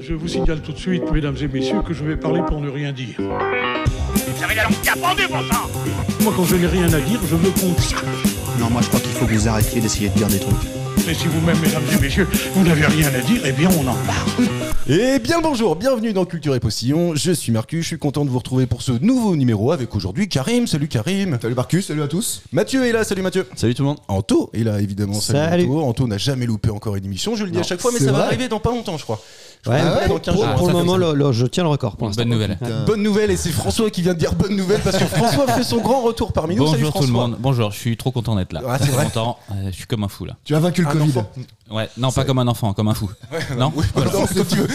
Je vous signale tout de suite, mesdames et messieurs, que je vais parler pour ne rien dire. Vous avez la langue qui a pendu, bon sang Moi, quand je n'ai rien à dire, je me confie. Non, moi je crois qu'il faut que vous arrêtiez d'essayer de dire des trucs. Mais si vous-même, mesdames et messieurs, vous n'avez rien à dire, eh bien, on en parle. Et Eh bien le bonjour, bienvenue dans Culture et Postillon, je suis Marcus, je suis content de vous retrouver pour ce nouveau numéro avec aujourd'hui Karim, salut Karim Salut Marcus, salut à tous. Mathieu est là, salut Mathieu Salut tout le monde. Anto est là évidemment, Salut. Anto Anto n'a jamais loupé encore une émission, je le dis Non, à chaque fois mais c'est ça va vrai. arriver dans pas longtemps je crois. Je Ouais, crois Ah ouais, que dans 15 Pour, jours. pour le ça, moment, comme le- le- je tiens le record pour l'instant. Bonne nouvelle. Bonne nouvelle et c'est François qui vient de dire bonne nouvelle parce que François fait son grand retour parmi nous, salut Bonjour tout François le monde. Bonjour, je suis trop content d'être là. Ah, c'est vrai. Content, euh, je suis comme un fou là. Tu as vaincu le Un Covid. enfant. Ouais, non pas comme un enfant, comme un fou. non, voilà. Non, comme tu veux.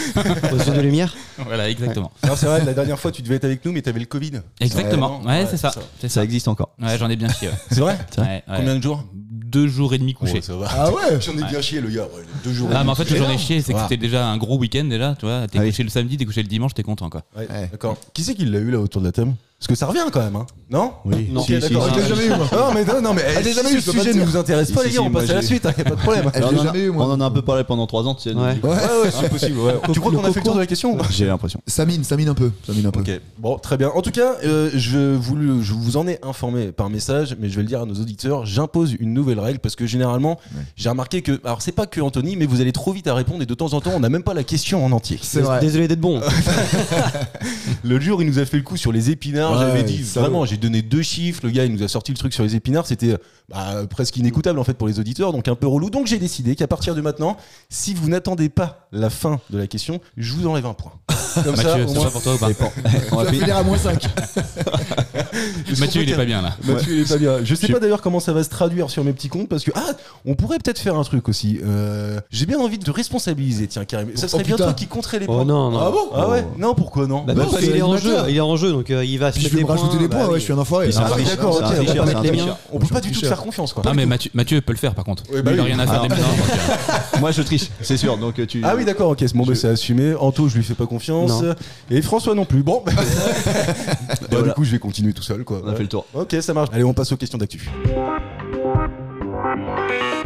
Aux yeux de lumière. Voilà, exactement. Non, c'est vrai, la dernière fois tu devais être avec nous mais t'avais le Covid. Exactement. Ouais, Ouais, c'est ça. C'est ça. Ça existe encore. Ouais, j'en ai bien chié. ouais. C'est vrai Ouais, ouais. Combien de jours Deux jours et demi couché. ça va. Ah ouais J'en ai bien chié le gars, ouais, deux jours. Ah mais en fait, le jour ai chié, c'est que Voilà. c'était déjà un gros week-end déjà, tu vois. T'es Ah oui. couché le samedi, t'es couché le dimanche, t'es content quoi. Ouais, Ouais. D'accord. Qui c'est qui l'a eu là autour de la table Parce que ça revient quand même, hein Non Oui. Non, Si, si, d'accord. si. je l'ai jamais eu, moi. Non, mais non, non, mais eh, l'ai si jamais eu, le je peux pas sujet te ne dire. vous intéresse pas, Si, les si, gars, si, on passe moi, à la j'ai- suite, hein, y a pas de problème. Elle, je Alors, l'ai on, en a, jamais eu, moi. on en a un peu parlé pendant trois ans. tu sais, Ouais, donc- ouais, c'est possible. ouais. Tu crois qu'on a fait le tour de la question ou pas J'ai l'impression. Ça mine, ça mine un peu. Ça mine un peu. Ok, bon, très bien. En tout cas, euh, je, vous, le- je vous en ai informé par message, mais je vais le dire à nos auditeurs. J'impose une nouvelle règle parce que généralement, j'ai remarqué que. Alors, c'est pas que Anthony, mais vous allez trop vite à répondre et de temps en temps, on n'a même pas la question en entier. C'est vrai. Désolé d'être bon. Le jour, il nous a fait le coup sur les épinards. Ouais, J'avais dit salaud. vraiment, j'ai donné deux chiffres. Le gars, il nous a sorti le truc sur les épinards. C'était bah, presque inécoutable en fait pour les auditeurs, donc un peu relou. Donc j'ai décidé qu'à partir de maintenant, si vous n'attendez pas la fin de la question, je vous enlève un point. Comme ça, Mathieu, au c'est moins- pas pour toi ou pas On va finir à moins 5. Mathieu, il est pas bien là. Mathieu, il est pas bien. Je sais Je- pas d'ailleurs comment ça va se traduire sur mes petits comptes parce que ah, on pourrait peut-être faire un truc aussi. Euh, J'ai bien envie de te responsabiliser, tiens, carrément. Ça Oh, serait bien putain. toi qui compterais les points. Oh non, non. Ah bon Ah ouais Non, pourquoi non Bah, Non, non, parce c'est qu'il est en l'animateur. jeu. Il est en jeu, donc euh, il va se Je mettre vais des me rajouter points. des points, Bah ouais, oui. je suis un enfoiré. Il s'en Ah oui, fiche. d'accord, c'est ok, un on peut tricheur, pas c'est mettre un les tricheur. miens. On peut Je pas du suis tout te tricheur. faire confiance quoi. Non mais Mathieu, Mathieu peut le faire par contre. Ouais, bah il a oui. rien à faire des non, donc, euh, Moi, je triche, c'est sûr. Donc euh, tu. Ah oui, d'accord, ok, bon, bah, Je- c'est assumé. Anto, je lui fais pas confiance. Non. Et François non plus. Bon, bah, du voilà. coup, je vais continuer tout seul, quoi. On a fait le tour. Ok, ça marche. Allez, on passe aux questions d'actu.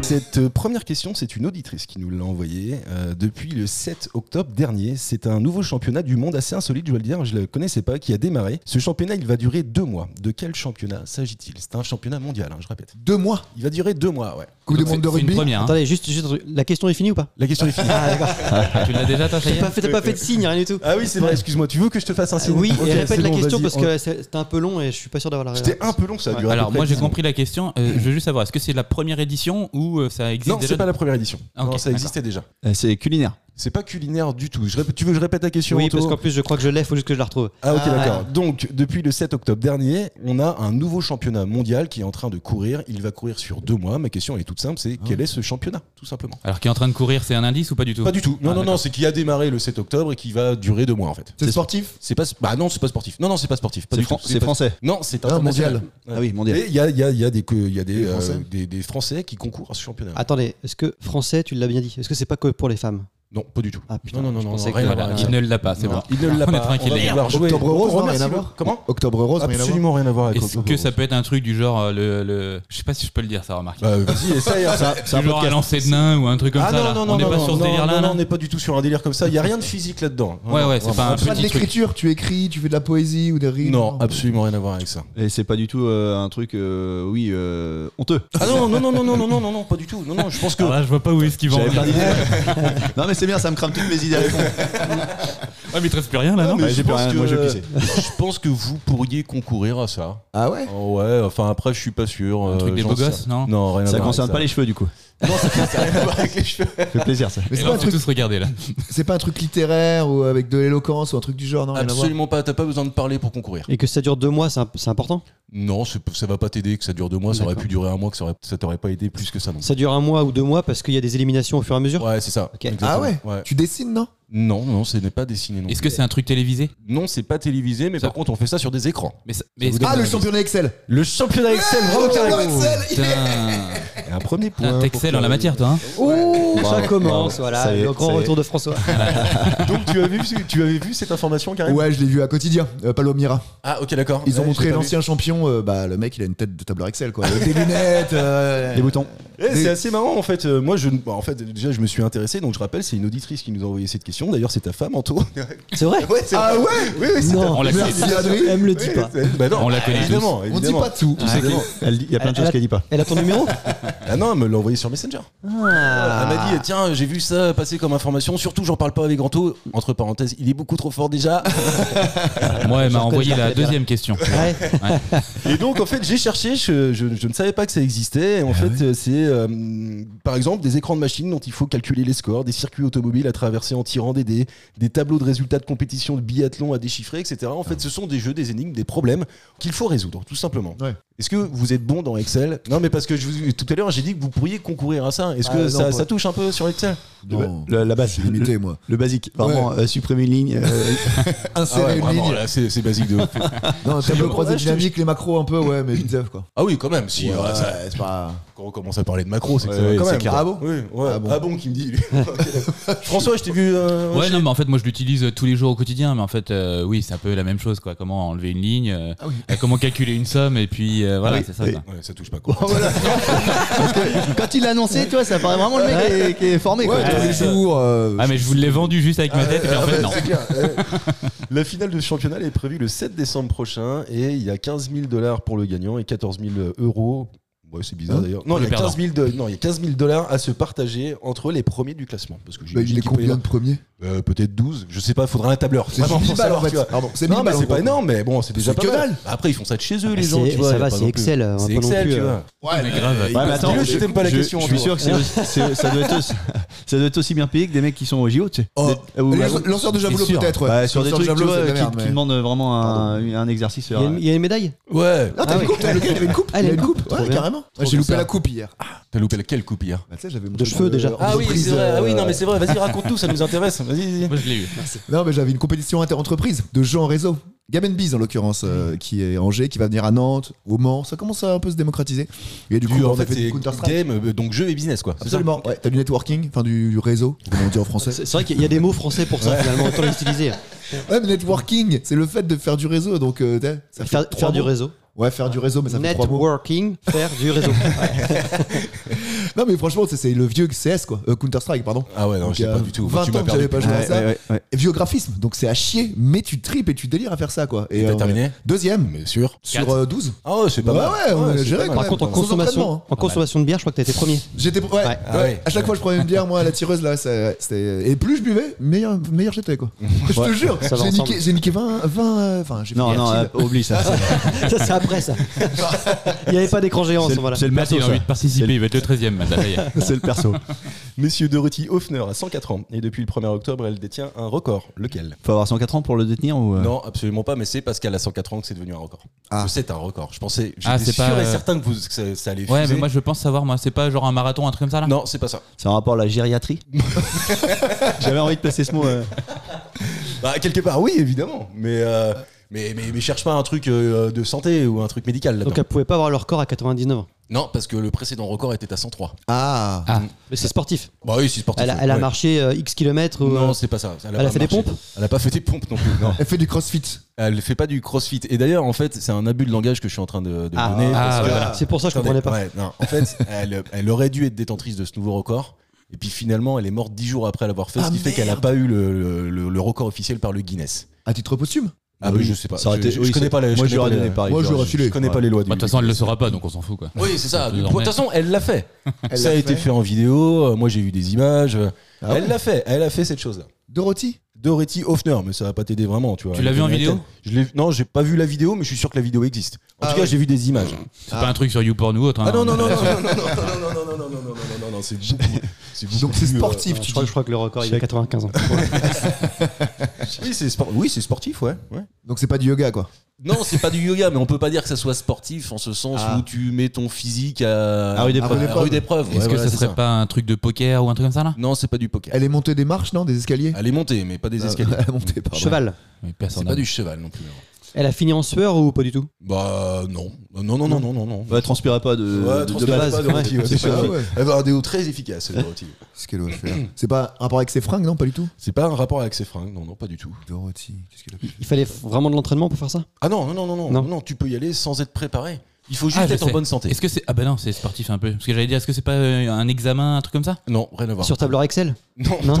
Cette euh, première question, c'est une auditrice qui nous l'a envoyée euh, depuis le 7 octobre dernier. C'est un nouveau championnat du monde assez insolite, je dois le dire, je ne le connaissais pas, qui a démarré. Ce championnat, il va durer deux mois. De quel championnat s'agit-il C'est un championnat mondial, hein, je répète. Deux mois. Il va durer deux mois, ouais. Coupe du c'est- monde de c'est une rugby. première. hein. Attendez, juste, juste un truc. La question est finie ou pas La question est finie. Ah, Ah, Tu l'as déjà toi, ça y T'as est pas fait, t'as pas fait de signe, rien du tout. ah oui, c'est vrai, excuse-moi, tu veux que je te fasse un Euh, signe oui, Ok, et répète c'est la bon, question vas-y, parce on- que c'est- c'était un peu long et je suis pas sûr d'avoir la réponse. C'était un peu long, ça a duré à Alors peu près moi j'ai dix ans. compris la question, euh, je veux juste savoir, est-ce que c'est la première édition ou euh, ça existe Non, déjà c'est pas la première édition. Ah, ok, non, ça d'accord. existait déjà. Euh, C'est culinaire. C'est pas culinaire du tout. Je rép- Tu veux que je répète la question Oui, Anto parce qu'en plus, je crois que je l'ai, faut juste que je la retrouve. Ah ok Ah. d'accord. Donc depuis le 7 octobre dernier, on a un nouveau championnat mondial qui est en train de courir. Il va courir sur deux mois. Ma question est toute simple, c'est quel est ce championnat tout simplement Alors qui est en train de courir, c'est un indice ou pas du tout Pas du tout. Non Ah, non non, c'est qui a démarré le 7 octobre et qui va durer deux mois en fait. C'est sportif C'est pas bah non c'est pas sportif. Non non c'est pas sportif. Pas C'est du fran- tout. c'est pas- français. Non c'est Ah, international. mondial. Ouais. Ah oui, mondial. Et il y a, il y a- il y a des que- il y a des, Des euh, Français. des- des Français Ah. qui concourent à ce championnat. Attendez, est-ce que français, tu l'as bien dit Est-ce que c'est pas que pour les femmes Non pas du tout. Ah putain, non non je non non. pensais que- rien à voir Voilà, avec ça. il ne l'a pas, c'est Non, bon. Il ne l'a On pas. est tranquille, On va les gars. pouvoir jouer. Octobre Rose, On non, rien à remercie voir. le- Comment Octobre rose, rien à voir. Absolument rien à voir avec. Est-ce que ça peut être un truc du genre euh, le, le- je sais pas si je peux le dire ça remarque. Bah, Vas-y essaye. hein. du genre un lancer de nain ou un truc comme ah ça non, là. non, non, On n'est non, pas non, sur ce non, délire non, là. non, on n'est pas du tout sur un délire comme ça. Il n'y a rien de physique là-dedans. Ouais ouais, c'est pas un C'est pas de petit truc. l'écriture, tu écris, tu fais de la poésie ou des rimes. Non, absolument rien à voir avec ça. Et c'est pas du tout euh, un truc, euh, oui, euh, honteux. Ah non, non, non, non, non, non, non, non, non, pas du tout. Non, non, je pense que. Alors là, je vois pas où est-ce qu'ils vont. J'avais pas Ouais, d'idée. non, mais c'est bien, ça me crame toutes mes idées. Ah, mais il te reste plus rien là, non Ouais, j'ai plus pense rien, que- moi je vais pisser. Je pense que vous pourriez concourir à ça. Ah ouais Oh ouais, enfin après, je suis pas sûr. Un truc euh, des j'en beaux sais- gosses, non Non, rien à voir. Ça avec concerne pas les cheveux du coup. Non, ça concerne rien à voir avec les cheveux. Ça fait plaisir ça. Mais Et c'est là, on pas, un peut truc- tous regarder là. c'est pas un truc littéraire ou avec de l'éloquence ou un truc du genre, non rien à voir. Absolument pas, t'as pas besoin de parler pour concourir. Et que ça dure deux mois, c'est imp- c'est important Non, c'est- ça va pas t'aider, que ça dure deux mois, ça aurait D'accord. pu durer un mois, que ça aurait- ça t'aurait pas aidé plus que ça non Ça dure un mois ou deux mois parce qu'il y a des éliminations au fur et à mesure Ouais, c'est ça. Ok. Ah Exactement. ouais, Tu dessines, non Non, non, ce n'est pas dessiné non Est-ce que plus. c'est un truc télévisé Non, c'est pas télévisé, mais Ça- par contre, on fait ça sur des écrans. Mais ça- mais est-ce que- Ah, le championnat Excel Le championnat Excel, bravo championnat Karim Excel Putain, Et Un premier putain, point. t'excelles en la matière toi. hein. Oh, ça commence, Ça voilà, y est, le ça grand y est. retour de François. Donc tu avais vu, tu avais vu cette information Karim Ouais, je l'ai vu à quotidien, euh, Palomira. Ah ok d'accord. Ils ont Ouais, montré j'ai pas vu. l'ancien champion, euh, bah le mec il a une tête de tableur Excel quoi, avec des lunettes, euh, Des boutons. Eh, Mais- c'est assez marrant en fait. Euh, moi, je, bah, en fait, déjà, je me suis intéressé. Donc, je rappelle, c'est une auditrice qui nous a envoyé cette question. D'ailleurs, c'est ta femme, Anto. C'est vrai Ouais, c'est Ah vrai. Oui, oui, c'est ta- Non, On la merci connaît. Adrien, elle me le dit oui, pas. c'est- Bah non, On la bah, connaît tous. évidemment, On dit évidemment. pas tout. Ah, Évidemment. Elle dit- Il y a plein de Elle choses a- qu'elle dit pas. Elle a ton numéro Ah non, elle me l'a envoyé sur Messenger. Ah. Elle m'a dit tiens, j'ai vu ça passer comme information. Surtout, j'en parle pas avec Anto. Entre parenthèses, il est beaucoup trop fort déjà. Moi, elle m'a envoyé reconnais, la je la deuxième question. Ouais. Et donc, en fait, j'ai cherché, je, je- je ne savais pas que ça existait. Et Ah en fait, euh, c'est euh, par exemple des écrans de machines dont il faut calculer les scores, des circuits automobiles à traverser en tirant des dés, des tableaux de résultats de compétition de biathlon à déchiffrer, etc. En Ah. fait, ce sont des jeux, des énigmes, des problèmes qu'il faut résoudre, tout simplement. Ouais. Est-ce que vous êtes bon dans Excel Non, mais parce que je vous, tout à l'heure, j'ai dit que vous pourriez concourir à ça. Est-ce Ah, que non, ça, pas- ça touche un peu sur Excel Non, Le- la je base. suis limité, moi. Le basique. Vraiment, euh, supprimer une ligne. euh, Insérer une vraiment, ligne. là, c'est c'est basique de. Non, tableau croisé Ouais, je te- dynamique, les macros un peu, ouais, mais vite fait, quoi. ah oui, quand même. Si, Ouais, euh, ça- c'est pas. Quand on commence à parler de macro, c'est que Ouais, ça va ouais, quand c'est même. carré. Ah bon Oui, ouais. Ah ah, bon. bon. qui me dit. lui. François, je t'ai vu. euh, Ouais, chez- non, mais en fait, moi, je l'utilise euh, tous les jours au quotidien, mais en fait, euh, oui, c'est un peu la même chose, quoi. Comment enlever une ligne, euh, Ah euh, comment calculer une somme, et puis euh, voilà, oui, c'est ça. oui. quoi. Ouais, ça touche pas quoi. Quand il l'a annoncé, tu vois, ça paraît vraiment le mec qui est, qui est formé. quoi. Ouais, tous les ouais. jours. euh, Ah, mais je vous l'ai vendu juste avec ma Ah, tête, et puis en fait, non. euh, La finale de ce championnat elle est prévue le 7 décembre prochain et il y a 15 000 dollars pour le gagnant et 14 000 euros. Ouais, c'est bizarre d'ailleurs. Non, Le il y a perdant. 15 000 de- non, il y a 15 000 dollars à se partager entre les premiers du classement. Parce que bah, il j'imagine est qu'il peut y combien avoir- de premiers Euh, Peut-être 12, je sais pas, faudra un tableur. C'est Vraiment, 10 pour balles en savoir, fait. tu vois. Pardon, c'est 10 Non, mais balles. en c'est pas gros. énorme, mais bon, c'est déjà que pas mal. dalle. Après, ils font ça de chez eux, Ah, les gens, c'est- tu vois. ça y a va, pas c'est non plus- Excel, on va C'est pas non Excel, plus, tu euh, vois. Ouais, mais grave. Ouais, mais attends, Dis-le, je- si t'aimes pas la je- question, Je suis toi. sûr que c'est aussi- c'est- ça, doit être aussi, ça doit être aussi bien payé que des mecs qui sont au JO, tu sais. Oh, Des- ou- les ou- lanceurs de javelot C'est sûr. peut-être, ouais. bah, sur des Lanceurs de trucs tu javelot, vois, c'est de la qui, merde, qui mais- demandent vraiment un, un exercice. Il y a une- il y a une médaille Ouais. Ah, t'as Ah une oui. coupe, t'as le- t'avais une coupe Ah, elle a Il a une coupe, trop ouais, bien. carrément. Trop J'ai bien loupé ça. la coupe hier. Ah, T'as loupé quelle hein. coupe hier bah, tu sais, j'avais mon De truc cheveux, déjà. Ah oui, entreprise, c'est vrai. Ah oui, non, euh, mais c'est vrai. Vas-y, raconte tout, ça nous intéresse. Vas-y, vas-y. Moi, je l'ai eu. Non, mais j'avais une compétition inter-entreprise de jeux en réseau. Game Bees en l'occurrence, euh, Mm. qui est à Angers, qui va venir à Nantes, au Mans, ça commence à un peu se démocratiser. Et du coup, on a fait du Counter-Strike. game, euh, donc jeu et business, quoi. Absolument, ouais, t'as du networking, enfin du, du réseau, comme on dit en français. C'est c'est vrai qu'il y a des mots français pour ça finalement, autant les utiliser. Ouais, mais networking, c'est le fait de faire du réseau, donc euh, t'as- ça fait Faire, trois faire du mots. réseau. Ouais, faire du réseau, mais ça fait trois mots. Networking, faire du réseau. Non, mais franchement, c'est- c'est le vieux CS, quoi. Euh, Counter-Strike, pardon. Ah ouais, non, je sais Donc, pas euh, du tout. 20 tu m'as ans que perdu. j'avais pas joué à Ouais, ça. ouais, ouais, ouais. Et vieux graphisme, donc c'est à chier, mais tu tripes et tu délires à faire ça, quoi. Et T'as euh, terminé Deuxième, Mais sûr. sur euh, 12. Ah ouais, c'est pas Ouais, mal. ouais, on a c'est géré, pas mal. quoi. Par contre, en Sans consommation, entraînement, hein. en consommation de bière, je crois que t'as été premier. J'étais. Ouais, ouais. Ah ouais. À chaque fois, je prenais une bière, moi, à la tireuse, là. ça- c'était- euh, Et plus je buvais, meilleur, meilleur j'étais, quoi. je te jure, ça va j'ai ensemble. niqué, j'ai niqué 20. 20 euh, Enfin, j'ai Non, fait non, un euh, oublie ça. C'est- Ça, c'est après ça. Il n'y avait pas d'écran géant, à ce moment-là. C'est le Matt, perso. il a ça. envie de participer, il va être le 13 e ça y est. C'est le perso. Monsieur Dorothy Hoffner a 104 ans et depuis le 1er octobre, elle détient un record. Lequel Faut avoir 104 ans pour le détenir ou. euh, Non, absolument pas, mais c'est parce qu'elle a 104 ans que c'est devenu un record. Ah. Je sais, c'est un record. Je pensais, j'étais Ah, c'est sûr pas, et euh, certain que, vous, que ça, ça allait Ouais, fuser. mais moi, je pense savoir, moi, c'est pas genre un marathon, un truc comme ça, là Non, c'est pas ça. C'est en rapport à la gériatrie J'avais envie de placer ce mot. euh. Bah, quelque part, oui, évidemment. Mais, euh, mais, mais, mais cherche pas un truc euh, de santé ou un truc médical là-dedans. Donc, elle pouvait pas avoir leur corps à 99 ans. Non, parce que le précédent record était à 103. Ah, Mais c'est sportif. Bah oui, c'est sportif. Elle a, oui. elle a Ouais. marché euh, X kilomètres. ou, Non, euh, c'est pas ça. elle a pas fait des marché. pompes Elle a pas fait des pompes non plus. non. euh, elle fait du crossfit. Elle fait pas du crossfit. Et d'ailleurs, en fait, c'est un abus de langage que je suis en train de, de Ah, donner. ah, parce que- voilà. C'est pour ça que je Attendez, comprenais pas. ouais, non. En fait, elle, elle aurait dû être détentrice de ce nouveau record. Et puis finalement, elle est morte dix jours après l'avoir fait, Ah, ce qui fait qu'elle n'a merde. pas eu le, le- le- le record officiel par le Guinness. À titre posthume Ah, oui, bah, je sais pas. ça aurait Je, été- je oui, connais ça- pas la. je Moi, connais j'aurais pas la- donné pareil. Moi, j'aurais filé. Je connais pas les lois Bah, De du. toute façon, elle le saura pas, donc on s'en fout, quoi. Oui, c'est ça. Donc, De toute désormais- façon, elle l'a fait. Elle ça a l'a été fait en vidéo. euh, Moi, j'ai vu des images. Ah elle ouais l'a fait. Elle a fait cette chose-là. Dorothy Dorothy Hoffner, mais ça va pas t'aider vraiment, tu vois. Tu l'as vu en vidéo Je l'ai- Non, j'ai pas vu la vidéo, mais je suis sûr que la vidéo existe. En Ah tout cas, oui. j'ai vu des images. C'est pas un truc sur YouPorn ou autre. hein. Ah non non non non non non non non non non non non non non non non c'est beaucoup- beaucoup Donc c'est plus, euh, sportif, Non, tu je, crois, dis. je crois que le record il est à 95 ans. Oui, c'est sport- oui, c'est sportif, ouais. ouais. Donc c'est pas du yoga, quoi. Non, c'est pas du yoga, mais on peut pas dire que ça soit sportif en ce sens où tu mets ton physique à, À rude épreuve. à rude épreuve. Est-ce Ouais, que voilà, ça c'est serait pas un truc de poker ou un truc comme ça, là Non, c'est pas du poker. Elle est montée des marches, non Des escaliers Elle est montée, mais pas Ah, des escaliers. Elle est montée, pardon. Cheval. Oui, C'est personne pas n'a- du cheval non plus. hein. Elle a fini en sueur ou pas du tout Bah non, non non non non non non. Ouais, transpirez pas de, de- de transpire base. pas, Dorothy, Ouais, ouais, c'est c'est pas- ça. ouais. Elle va avoir un déo très efficace, Dorothy. Qu'est-ce qu'elle doit faire C'est pas un rapport avec ses fringues, non Pas du tout C'est pas un rapport avec ses fringues, non, non, pas du tout. Dorothy, qu'est-ce qu'elle a Il fallait vraiment de l'entraînement pour faire ça Ah non, non, non, non, non, Non. non, tu peux y aller sans être préparé. Il faut juste Ah, je être en sais. bonne santé. Est-ce que c'est ah ben non c'est sportif un peu parce que j'allais dire est-ce que c'est pas euh, un examen un truc comme ça Non, rien à voir. Sur tableur Excel Non, Non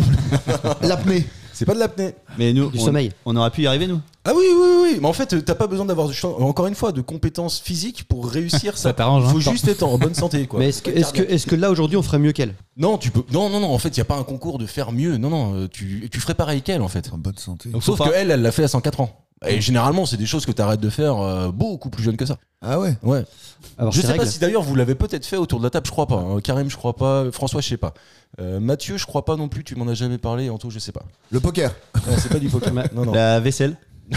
L'apnée. c'est pas de l'apnée. Mais nous, Du on, sommeil. on aurait pu y arriver, nous. Ah oui, oui, oui. Mais en fait, euh, t'as pas besoin d'avoir, je- encore une fois, de compétences physiques pour réussir ça. Ça t'arrange, hein, faut tant- juste être en bonne santé, quoi. Mais est-ce que, est-ce que, est-ce que là aujourd'hui on ferait mieux qu'elle Non, tu peux. Non, non, non. En fait, il y a pas un concours de faire mieux. Non, non. euh, Tu, tu ferais pareil qu'elle, en fait. En bonne santé. Donc, Sauf faut pas- que elle, elle l'a fait à 104 ans. Et généralement, c'est des choses que t'arrêtes de faire euh, beaucoup plus jeune que ça. Ah ouais. Ouais. avoir je ses sais pas règles si d'ailleurs vous l'avez peut-être fait autour de la table, je crois pas. hein. Karim, je crois pas. François, je sais pas. Euh, Mathieu, je crois pas non plus. Tu m'en as jamais parlé. Anto, je sais pas. Le poker. Non, c'est pas du Pokémon. Non, non. La vaisselle,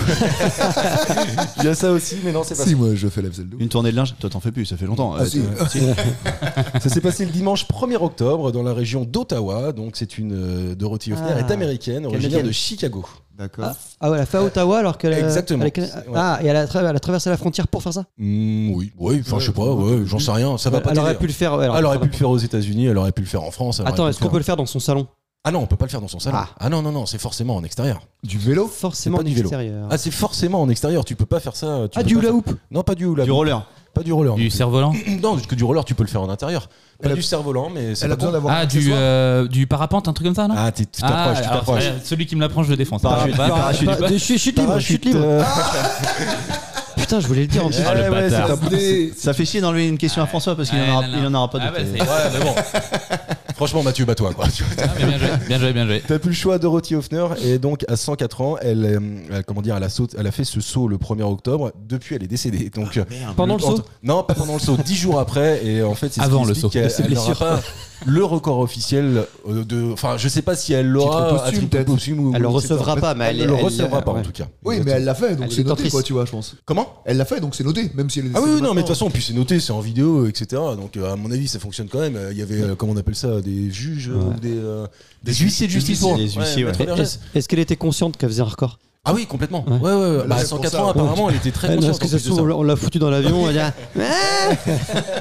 Il y a ça aussi, mais non, c'est Si, moi, je fais la vaisselle douce. une tournée de linge. Toi, t'en fais plus, ça fait longtemps. Ah, Euh, si. Ça s'est passé le dimanche 1er octobre dans la région d'Ottawa. Donc, c'est une. euh, Dorothy Hoffner Ah. est américaine, originaire Canadienne. de Chicago. D'accord. Ah ouais, elle a fait à Ottawa alors qu'elle a- Exactement. elle a- C'est- ouais. Ah, et elle a, tra- elle a traversé la frontière pour faire ça Hmm, oui, oui, enfin, je sais pas, ouais, j'en sais rien. Ça va pas Elle aurait t'aider. hein. pu le faire. ouais, Elle aurait ça pu va le faire aux États-Unis, elle aurait pu le faire en France. elle pas. aurait Attends, pu est-ce qu'on faire- peut le faire dans son salon Ah non, on peut pas le faire dans son salon. Ah. Ah, non, non, non, c'est forcément en extérieur. Du vélo. Forcément C'est pas du vélo. extérieur. Ah, c'est forcément en extérieur, tu peux pas faire ça. tu Ah, peux du pas hula faire- hoop Non, pas du Ah. hula Du hoop. roller. Pas du roller. du cerf-volant Non, parce que du roller, tu peux le faire en intérieur. Pas Elle a- du cerf-volant, mais c'est Elle pas a besoin bon. d'avoir. Ah un du accessoire. euh, du parapente un truc comme ça là Ah, t'es- tu t'approches, tu alors, t'approches. Ah, euh, Celui qui me l'approche je le défends. Parachute, parachute. Bah, je suis- je suis libre, je suis libre. euh, Putain, je voulais le Eh, dire en plus. Ah, le bâtard. Des- Ça fait chier d'enlever une question à François parce qu'il en aura- il en aura pas Ah, bah, d'autres. euh, c'est- Ouais, mais bon. Franchement, Mathieu, bats-toi, quoi. Tu vois, Ah, mais bien joué, bien joué, bien joué. T'as plus le choix, Dorothy Hoffner et donc à 104 ans, elle, euh, elle- comment dire, elle a, saut- elle a fait ce saut le 1er octobre. Depuis, elle est décédée. Donc euh, Pendant le entre- saut Non, pas pendant le saut. Dix jours après, et en fait, c'est ce Avant qui le explique saut. qu'elle- Ses elle n'aura blessures. pas le record officiel euh, de. Enfin, je sais pas si elle Titre l'aura. posthume, à titre peut-être. posthume ou- Elle le ou- recevra pas, mais elle elle le elle- recevra pas en ouais. tout cas. Oui, mais elle l'a fait, donc Elle c'est est noté, tentrice. quoi, tu vois, je pense. Comment Elle l'a fait, donc c'est noté, même si elle est Ah oui, oui, décédée non, mais de maintenant. toute façon, puis c'est noté, c'est en vidéo, etc. Donc, euh, à mon avis, ça fonctionne quand même. Euh, Il y avait, euh, comment on appelle ça, des juges euh, ou des, euh, des huissiers de justice. huissiers, pour- des huissiers, maître ouais. Vergès. Est-ce est-ce qu'elle était consciente qu'elle faisait un record Ah oui, complètement. Ouais. Ouais, ouais, ouais. Bah, c'est à pour 104 ça. ans, apparemment, elle était très Ouais, non, consciente. Est-ce que en ça plus se de trouve, on l'a foutu dans l'avion Elle a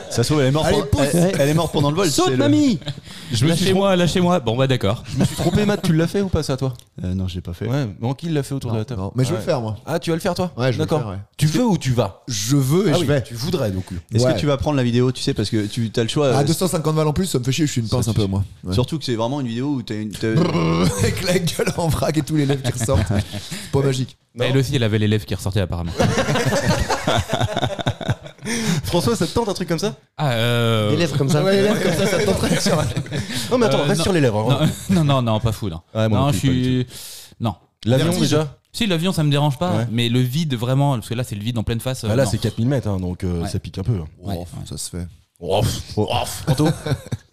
Ça se trouve, elle est morte. Allez, pendant- pousse. Elle elle est morte pendant le vol. c'est Saute, le- mamie Je me suis moi, lâchez-moi. Bon bah d'accord. Je me suis trompé, Matt, tu l'as fait ou pas ça, toi Euh, Non, je l'ai pas fait. Ouais, donc qui l'a fait autour de la table Non, mais je vais Ouais. le faire, moi. Ah, tu vas le faire, toi Ouais, je vais le D'accord. faire, ouais. Tu veux ou tu vas Je veux et Ah je oui, vais. Tu voudrais, donc. Est-ce Ouais. que tu vas prendre la vidéo, tu sais, parce que tu as le choix. À euh, 250 balles en plus, ça me fait chier, je suis une pince un peu, moi. Ah, Ouais. Surtout que c'est vraiment une vidéo où t'as une. t'as- Avec la gueule en vrac et tous les lèvres qui ressortent. C'est Pas magique. Non. Elle aussi, elle avait les lèvres qui ressortaient apparemment. François, ça te tente un truc comme ça Ah euh... Les lèvres comme ça. Non, mais attends, Euh, reste non. sur les lèvres. Non, hein. non, non, non, pas fou, non. Ouais, moi non, non je plus, pas suis. Non. L'avion, Vertige. déjà Si l'avion, ça me dérange pas, Ouais. mais le vide vraiment, parce que là, c'est le vide en pleine face. euh, Ah, Là, non. c'est 4000 mètres, hein, donc euh, Ouais. ça pique un peu. Ouais, ouais. Ça se fait. Ouf, ouf, Anto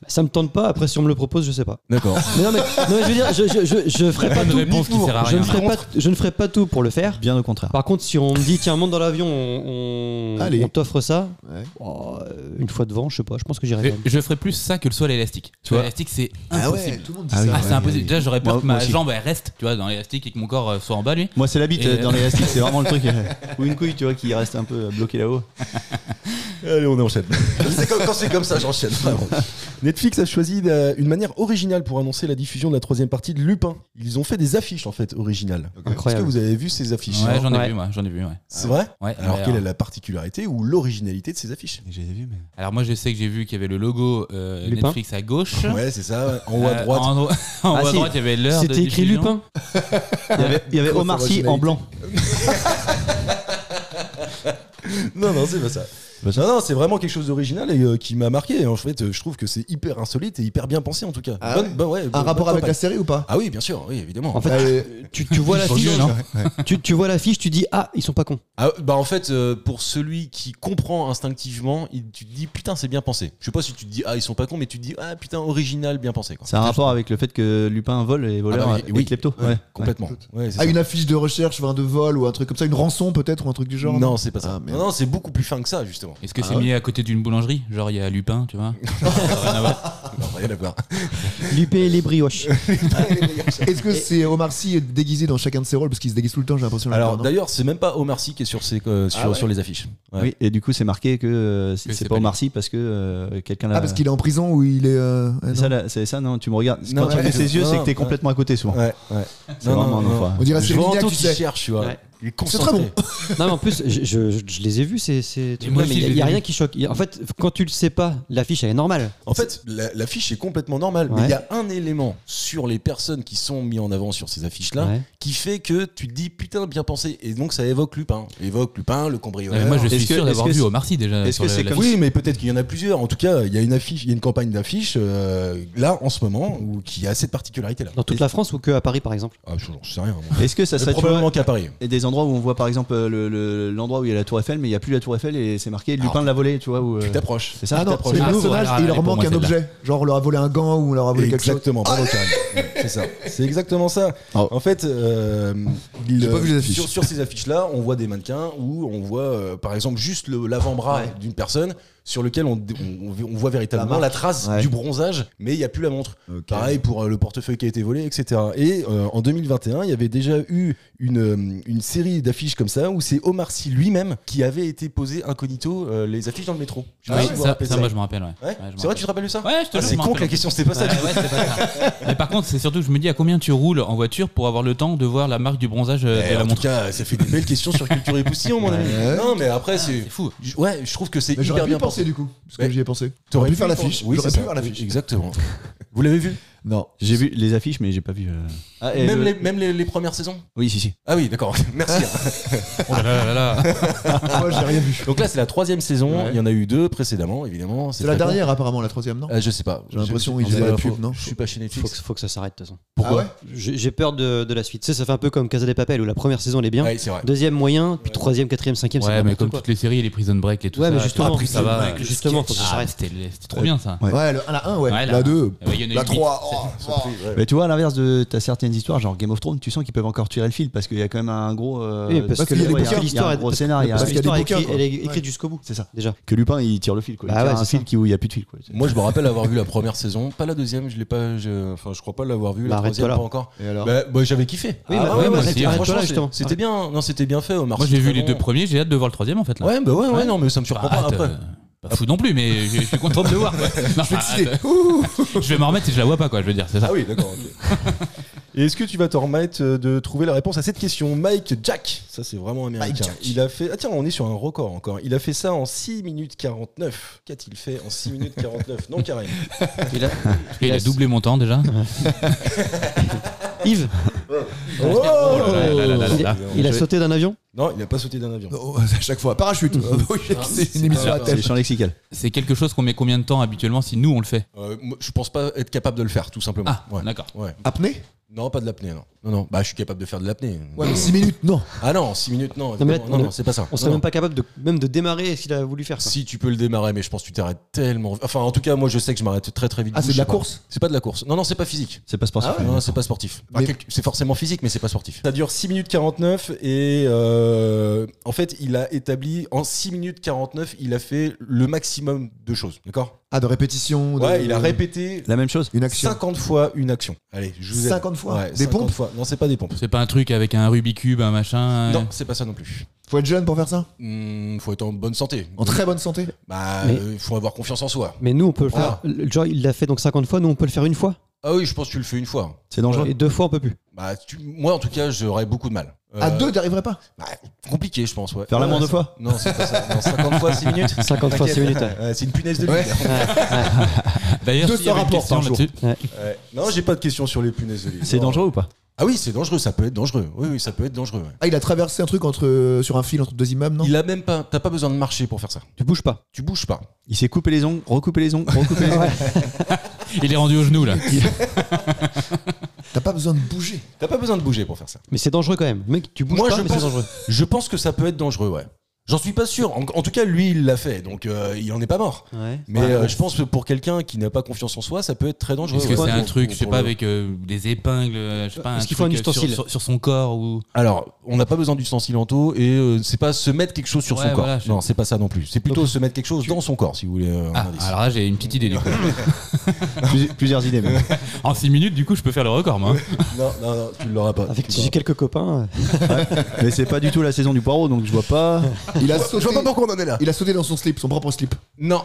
Ça me tente pas, après si on me le propose, je sais pas. D'accord. Mais non, mais, non, mais je veux dire, je, je, je, je ferai Pas pas de tout. réponse qui sert à Je ne, rien. ferai pas, je ne ferai pas tout pour le faire. Bien au contraire. Par contre, si on me dit, tiens, monte dans l'avion, on, on, Allez. on t'offre ça, Ouais. oh, euh, une fois devant, je sais pas, je pense que j'irai Je, quand même. je ferais plus ça que le sol élastique. Tu vois, l'élastique, c'est Ah impossible. ouais, tout le monde dit Ah ça. oui. Ah, ouais. c'est impossible. Déjà, j'aurais peur Moi- que moi ma aussi. jambe elle reste, tu vois, dans l'élastique et que mon corps euh, soit en bas, lui. Moi, c'est la bite Et- euh, dans l'élastique, c'est vraiment le truc. euh, Ou une couille, tu vois, qui reste un peu euh, bloquée là-haut. Allez, on enchaîne. c'est comme, quand c'est comme ça, j'enchaîne. vraiment. Netflix a choisi euh, une manière originale pour annoncer la diffusion de la troisième partie de Lupin. Ils ont fait des affiches, en fait, originales. Est-ce que Incroyable. vous avez vu ces affiches Ouais, j'en ai Ouais. vu, moi, j'en ai vu, ouais. C'est vrai Ouais, Alors, mais quelle est la particularité ou l'originalité de ces affiches J'ai vu, mais. Alors moi je sais que j'ai vu qu'il y avait le logo euh, Lupin. Netflix à gauche. Ouais, c'est ça, en haut à Euh, droite. en haut- en Ah, haut à si. droite, il y avait l'heure. de C'était écrit diffusion. Lupin Il y avait, il y avait Omar Sy en blanc. Non, non, c'est pas ça. Non, non, c'est vraiment quelque chose d'original et euh, qui m'a marqué. En fait, euh, je trouve que c'est hyper insolite et hyper bien pensé en tout cas. Ah Bonne- ouais. bonne- ouais, Un bonne- rapport bonne avec la campagne. série Ah ou pas Ah oui, bien sûr, oui, évidemment. En fait, Allez, tu, tu vois l'affiche, Ils sont nuls, hein. tu, tu vois l'affiche, tu dis, ah, ils sont pas cons. Ah, bah en fait, euh, pour celui qui comprend instinctivement, il, tu te dis putain, c'est bien pensé. Je sais pas si tu te dis ah, ils sont pas cons, mais tu te dis ah, putain, original, bien pensé. Quoi. C'est un rapport avec le fait que Lupin vole et voleur Ah bah euh, oui, oui. et klepto. Ouais, Ouais. complètement. Ouais, c'est ça. Ah, une affiche de recherche, enfin, de vol ou un truc comme ça, une rançon peut-être ou un truc du genre Non, c'est pas ça. Ah, merde. non, non, c'est beaucoup plus fin que ça, justement. Est-ce que Ah c'est ouais. mis à côté d'une boulangerie Genre il y a Lupin, tu vois Ah. Non, rien à voir. Lupin et les brioches. Est-ce que c'est Omar Sy déguisé dans chacun de ses rôles Parce qu'il se déguise tout le temps, j'ai l'impression. Alors maintenant, non Ah d'ailleurs, c'est même pas Omar Sy qui est sur, ses, euh, sur, sur les affiches. Ouais. Oui, et du coup, c'est marqué que euh, c'est Que c'est c'est pas pas Omar Sy parce que euh, quelqu'un l'a. Ah, parce qu'il est en prison ou il est. euh, ah, C'est non. ça, là, c'est ça, non Tu me regardes. Quand Non, tu ouais, fais ses je- yeux, non, c'est que t'es non, complètement à côté souvent. Ouais, ouais. C'est vraiment un enfoiré. On dirait Je Cyril vois Lignac, Anto tu qui sais. cherche, tu vois. Ouais. Il est C'est très concentré. bon. Non, mais en plus, je, je- je- je les ai vus, ces, ces trucs-là, moi mais aussi, je il les n'y a, ai rien vus. qui choque. Y a- En fait, quand tu le sais pas, l'affiche, elle est normale. En fait, la- l'affiche est complètement normale, mais Ouais. il y a un élément sur les personnes qui sont mis en avant sur ces affiches-là Ouais. qui fait que tu te dis putain, bien pensé. Et donc ça évoque Lupin. Évoque Lupin, le Ah, mais cambrioleur. moi, je suis Est-ce que- sûr d'avoir est-ce que vu Omar Sy déjà. est-ce sur que le- c'est la- comme- Oui, mais peut-être qu'il y en a plusieurs. En tout cas, il y a une affiche, il y a une campagne d'affiches euh, là en ce moment où, qui a cette particularité-là. Dans toute la France ou que à Paris, par exemple Ah, je, je sais rien. moi. Est-ce que ça Mais serait tu vois, probablement qu'à Paris. euh, Et des endroits où on voit par exemple euh, le- le- l'endroit où il y a la Tour Eiffel, mais il n'y a plus la Tour Eiffel et c'est marqué Lupin de la volée, tu vois. Ou, euh, Ah. Tu t'approches. c'est ça Ah non, T'approches. c'est Ah, le c'est personnage vrai, et il leur pour manque moi, un celle-là. objet. Genre, on leur a volé un gant ou on leur a volé quelque chose. Exactement, bravo Karim. Ouais, C'est ça. C'est exactement ça. Oh. En fait, euh, il- J'ai pas vu les affiches. Sur, sur ces affiches-là, on voit des mannequins où on voit, euh, par exemple, juste le- l'avant-bras d'une personne sur lequel on, on- on voit véritablement La la, marque. trace Ouais. du bronzage, mais il n'y a plus la montre. Ok. Pareil pour euh, le portefeuille qui a été volé, etc. Et euh, en 2021, il y avait déjà eu une, euh, une série d'affiches comme ça où c'est Omar Sy lui-même qui avait été posé incognito euh, les affiches dans le métro. Je sais Ah pas oui, si vous vous ça, rappelez ça, ça. moi, je me rappelle. Ouais. Ouais Ouais, je me c'est vrai, rappelle. tu te rappelles de ça Ouais, je te Ah, jure, C'est je m'en con que la rappelle. question, c'était pas ça. Ouais, du coup. ouais, c'est pas ça. Mais par contre, c'est surtout que je me dis à combien tu roules en voiture pour avoir le temps de voir la marque du bronzage euh, Eh, de la en tout montre. cas, ça fait des belles questions sur culture et poussillon, mon ami. Non, mais après, Ah, c'est. C'est fou. je- Ouais, je trouve que c'est Mais j'aurais hyper pu y bien penser pensé. du coup, parce que Ouais. j'y ai pensé. T'aurais J'aurais pu y faire penser. l'affiche. Oui, J'aurais c'est pu ça. faire l'affiche. Exactement. Vous l'avez vu Non. J'ai vu les affiches, mais j'ai pas vu. euh, Ah, et Même, le- les, même les, les premières saisons Oui, si, si. Ah oui, d'accord. Merci. Oh là là là là. Ah Moi, j'ai rien vu. Donc là, c'est la troisième saison. Il y en a eu deux précédemment, évidemment. C'est la très dernière apparemment, la troisième, non bon. Euh, je sais pas. J'ai l'impression Je- qu'ils faisaient la je- pub, non Je suis pas chez faut que, Netflix. faut que ça s'arrête, de toute façon. Pourquoi ah J'ai j'ai peur de, de la suite. Tu sais, ça fait un peu comme Casa des Papel où la première saison, elle est bien. Ouais, c'est vrai. Deuxième, moyen. Puis troisième, quatrième, cinquième, c'est Ouais, mais n'importe comme quoi. toutes les séries, les Prison Break et tout Ouais, ça. mais justement, après, ça va. justement, faut que ça Ah, s'arrête. C'était c'était trop bien ça. ouais, ouais le- ah, la 1, ouais. Ouais, la la un. 2, Ouais, il y en a la Oh, eu 3. Mais tu vois, à l'inverse de t'as certaines histoires, genre Game of Thrones, tu sens qu'ils peuvent encore tirer le fil parce qu'il y a quand même un gros. euh, Oui, parce parce que qu'il y a des ouais, il y a bouquins, un- l'histoire il y a est un gros scénario, parce que parce qu'il y a l'histoire est des bouquins, écrite- quoi. elle est écrite jusqu'au bout. C'est ça. Déjà. Que Lupin, il tire le fil. Quoi. Il Bah tire ouais, un c'est fil qui- où il n'y a plus de fil. Quoi. Moi, je me rappelle avoir vu la première saison, pas la deuxième. Je l'ai pas. je- Enfin, je crois pas l'avoir vu. Bah, La troisième, arrête-toi là. pas encore. Et alors Bah, bah, j'avais kiffé. Oui, Ah, bah, ouais, ouais, moi, bah, c'était- arrête-toi franchement, là, c'est- justement. C'était bien. Non, c'était bien fait, Omar. Moi, c'est j'ai vu très les bon. deux premiers, j'ai hâte de voir le troisième en fait. là. Ouais, bah ouais, ouais, Ouais. non, mais ça me surprend pas Bah, après. hâte, euh, Pas fou non plus, mais je je suis content de le voir. quoi. Non, bah, hâte. Je vais m'en remettre si je la vois pas, quoi. Je veux dire, c'est ça. Ah oui, d'accord. Et est-ce que tu vas te remettre euh, de trouver la réponse à cette question Mike Jack, ça c'est vraiment américain. Il a fait. Ah tiens, on est sur un record encore. Il a fait ça en 6 minutes 49. Qu'a-t-il fait en 6 minutes 49 Non, carré. Il a- Et il a doublé mon temps déjà. Yves, Oh là là là là il a- il a sauté d'un avion Non, il a pas sauté d'un avion. Oh, à chaque fois, parachute. Euh, Oui, Ah, c'est une émission Bah, à C'est thème. les champs lexicales. C'est quelque chose qu'on met combien de temps habituellement si nous on le fait Euh, moi, je pense pas être capable de le faire, tout simplement. Ah, Ouais. d'accord. Ouais. Apnée Non, pas de l'apnée, non. Non, non. Bah, je suis capable de faire de l'apnée. Ouais, mais 6 minutes, non. Ah non, 6 minutes, non. Non, mais là, évidemment. Non, on- non, c'est pas ça. On serait Non, même pas capable de, même de démarrer s'il a voulu faire ça. Si tu peux le démarrer, mais je pense que tu t'arrêtes tellement. Enfin, en tout cas, moi, je sais que je m'arrête très très vite. Ah, c'est de la Je sais pas. course C'est pas de la course. Non, non, c'est pas physique. Ah C'est pas sportif. Non, c'est pas sportif. Enfin, Mais- quelque- C'est forcément physique, mais c'est pas sportif. Ça dure 6 minutes 49 et euh, en fait, il a établi en 6 minutes 49, il a fait le maximum de choses. D'accord Euh, Ah, de répétition. de- Ouais, il a répété La même chose Une action. 50 fois une action. Allez, je vous aide. 50 fois Ouais, Des 50 pompes fois. Non, c'est pas des pompes. C'est pas un truc avec un Rubik's Cube, un machin. Non, euh, c'est pas ça non plus. Faut être jeune pour faire ça Hmm, faut être en bonne santé. En très bonne santé Bah, Mais- euh, faut avoir confiance en soi. Mais nous, on peut le faire. Ah. le- Genre, il l'a fait donc 50 fois, nous, on peut le faire une fois. Ah oui, je pense que tu le fais une fois. C'est dangereux. Et deux fois, on peut plus. Bah, tu- moi, en tout cas, j'aurais beaucoup de mal. À Euh, deux, t'arriverais pas bah, Compliqué, je pense. Ouais. Faire l'amour Ouais, deux ça- fois Non, c'est pas ça. Non, 50 fois 6 minutes 50 fois, T'inquiète. 6 minutes. Ouais, c'est une punaise de hein. lit. D'ailleurs, Deux s'il y avait une rapports question par jour. là-dessus. Ouais. Non, j'ai pas de questions sur les punaises de lit. C'est Non. dangereux ou pas Ah oui, c'est dangereux, ça peut être dangereux. Oui, oui, ça peut être dangereux. ouais. Ah, il a traversé un truc entre, euh, sur un fil entre deux immeubles, non Il a même pas, t'as pas besoin de marcher pour faire ça. Tu bouges pas. Tu bouges pas. Il s'est coupé les ongles, recoupé les ongles, recoupé les ongles. Il est rendu au genou là. T'as pas besoin de bouger. T'as pas besoin de bouger pour faire ça. Mais c'est dangereux quand même. Mec, tu bouges Moi, pas, je mais pense- c'est dangereux. Je pense que ça peut être dangereux, ouais. J'en suis pas sûr. En, en tout cas, lui, il l'a fait, donc euh, il en est pas mort. Ouais. Mais euh, je pense que pour quelqu'un qui n'a pas confiance en soi, ça peut être très dangereux. Est-ce que ouais. c'est un Pour- truc, pour- je sais pour pas, le- avec euh, des épingles, euh, je sais pas, Est-ce un qu'il faut truc, un euh, sur- ustensile sur, sur son corps ou Alors, on n'a pas besoin d'ustensile en taux et euh, c'est pas se mettre quelque chose sur Ouais, son corps. voilà, je- non, c'est pas ça non plus. C'est plutôt se mettre quelque chose dans son corps, si vous voulez. euh, un Ah, indice. alors là, j'ai une petite idée du coup. Plus- Plusieurs idées même. En 6 minutes, du coup, je peux faire le record, moi. Non, non, non, tu l'auras pas. Ah, Avec Tu l'auras j'ai quelques copains. euh, Mais c'est pas du tout la saison du poireau, donc je vois pas. Il a Je sauté. vois pas pourquoi on en est là. Il a sauté dans son slip, son propre slip. Non.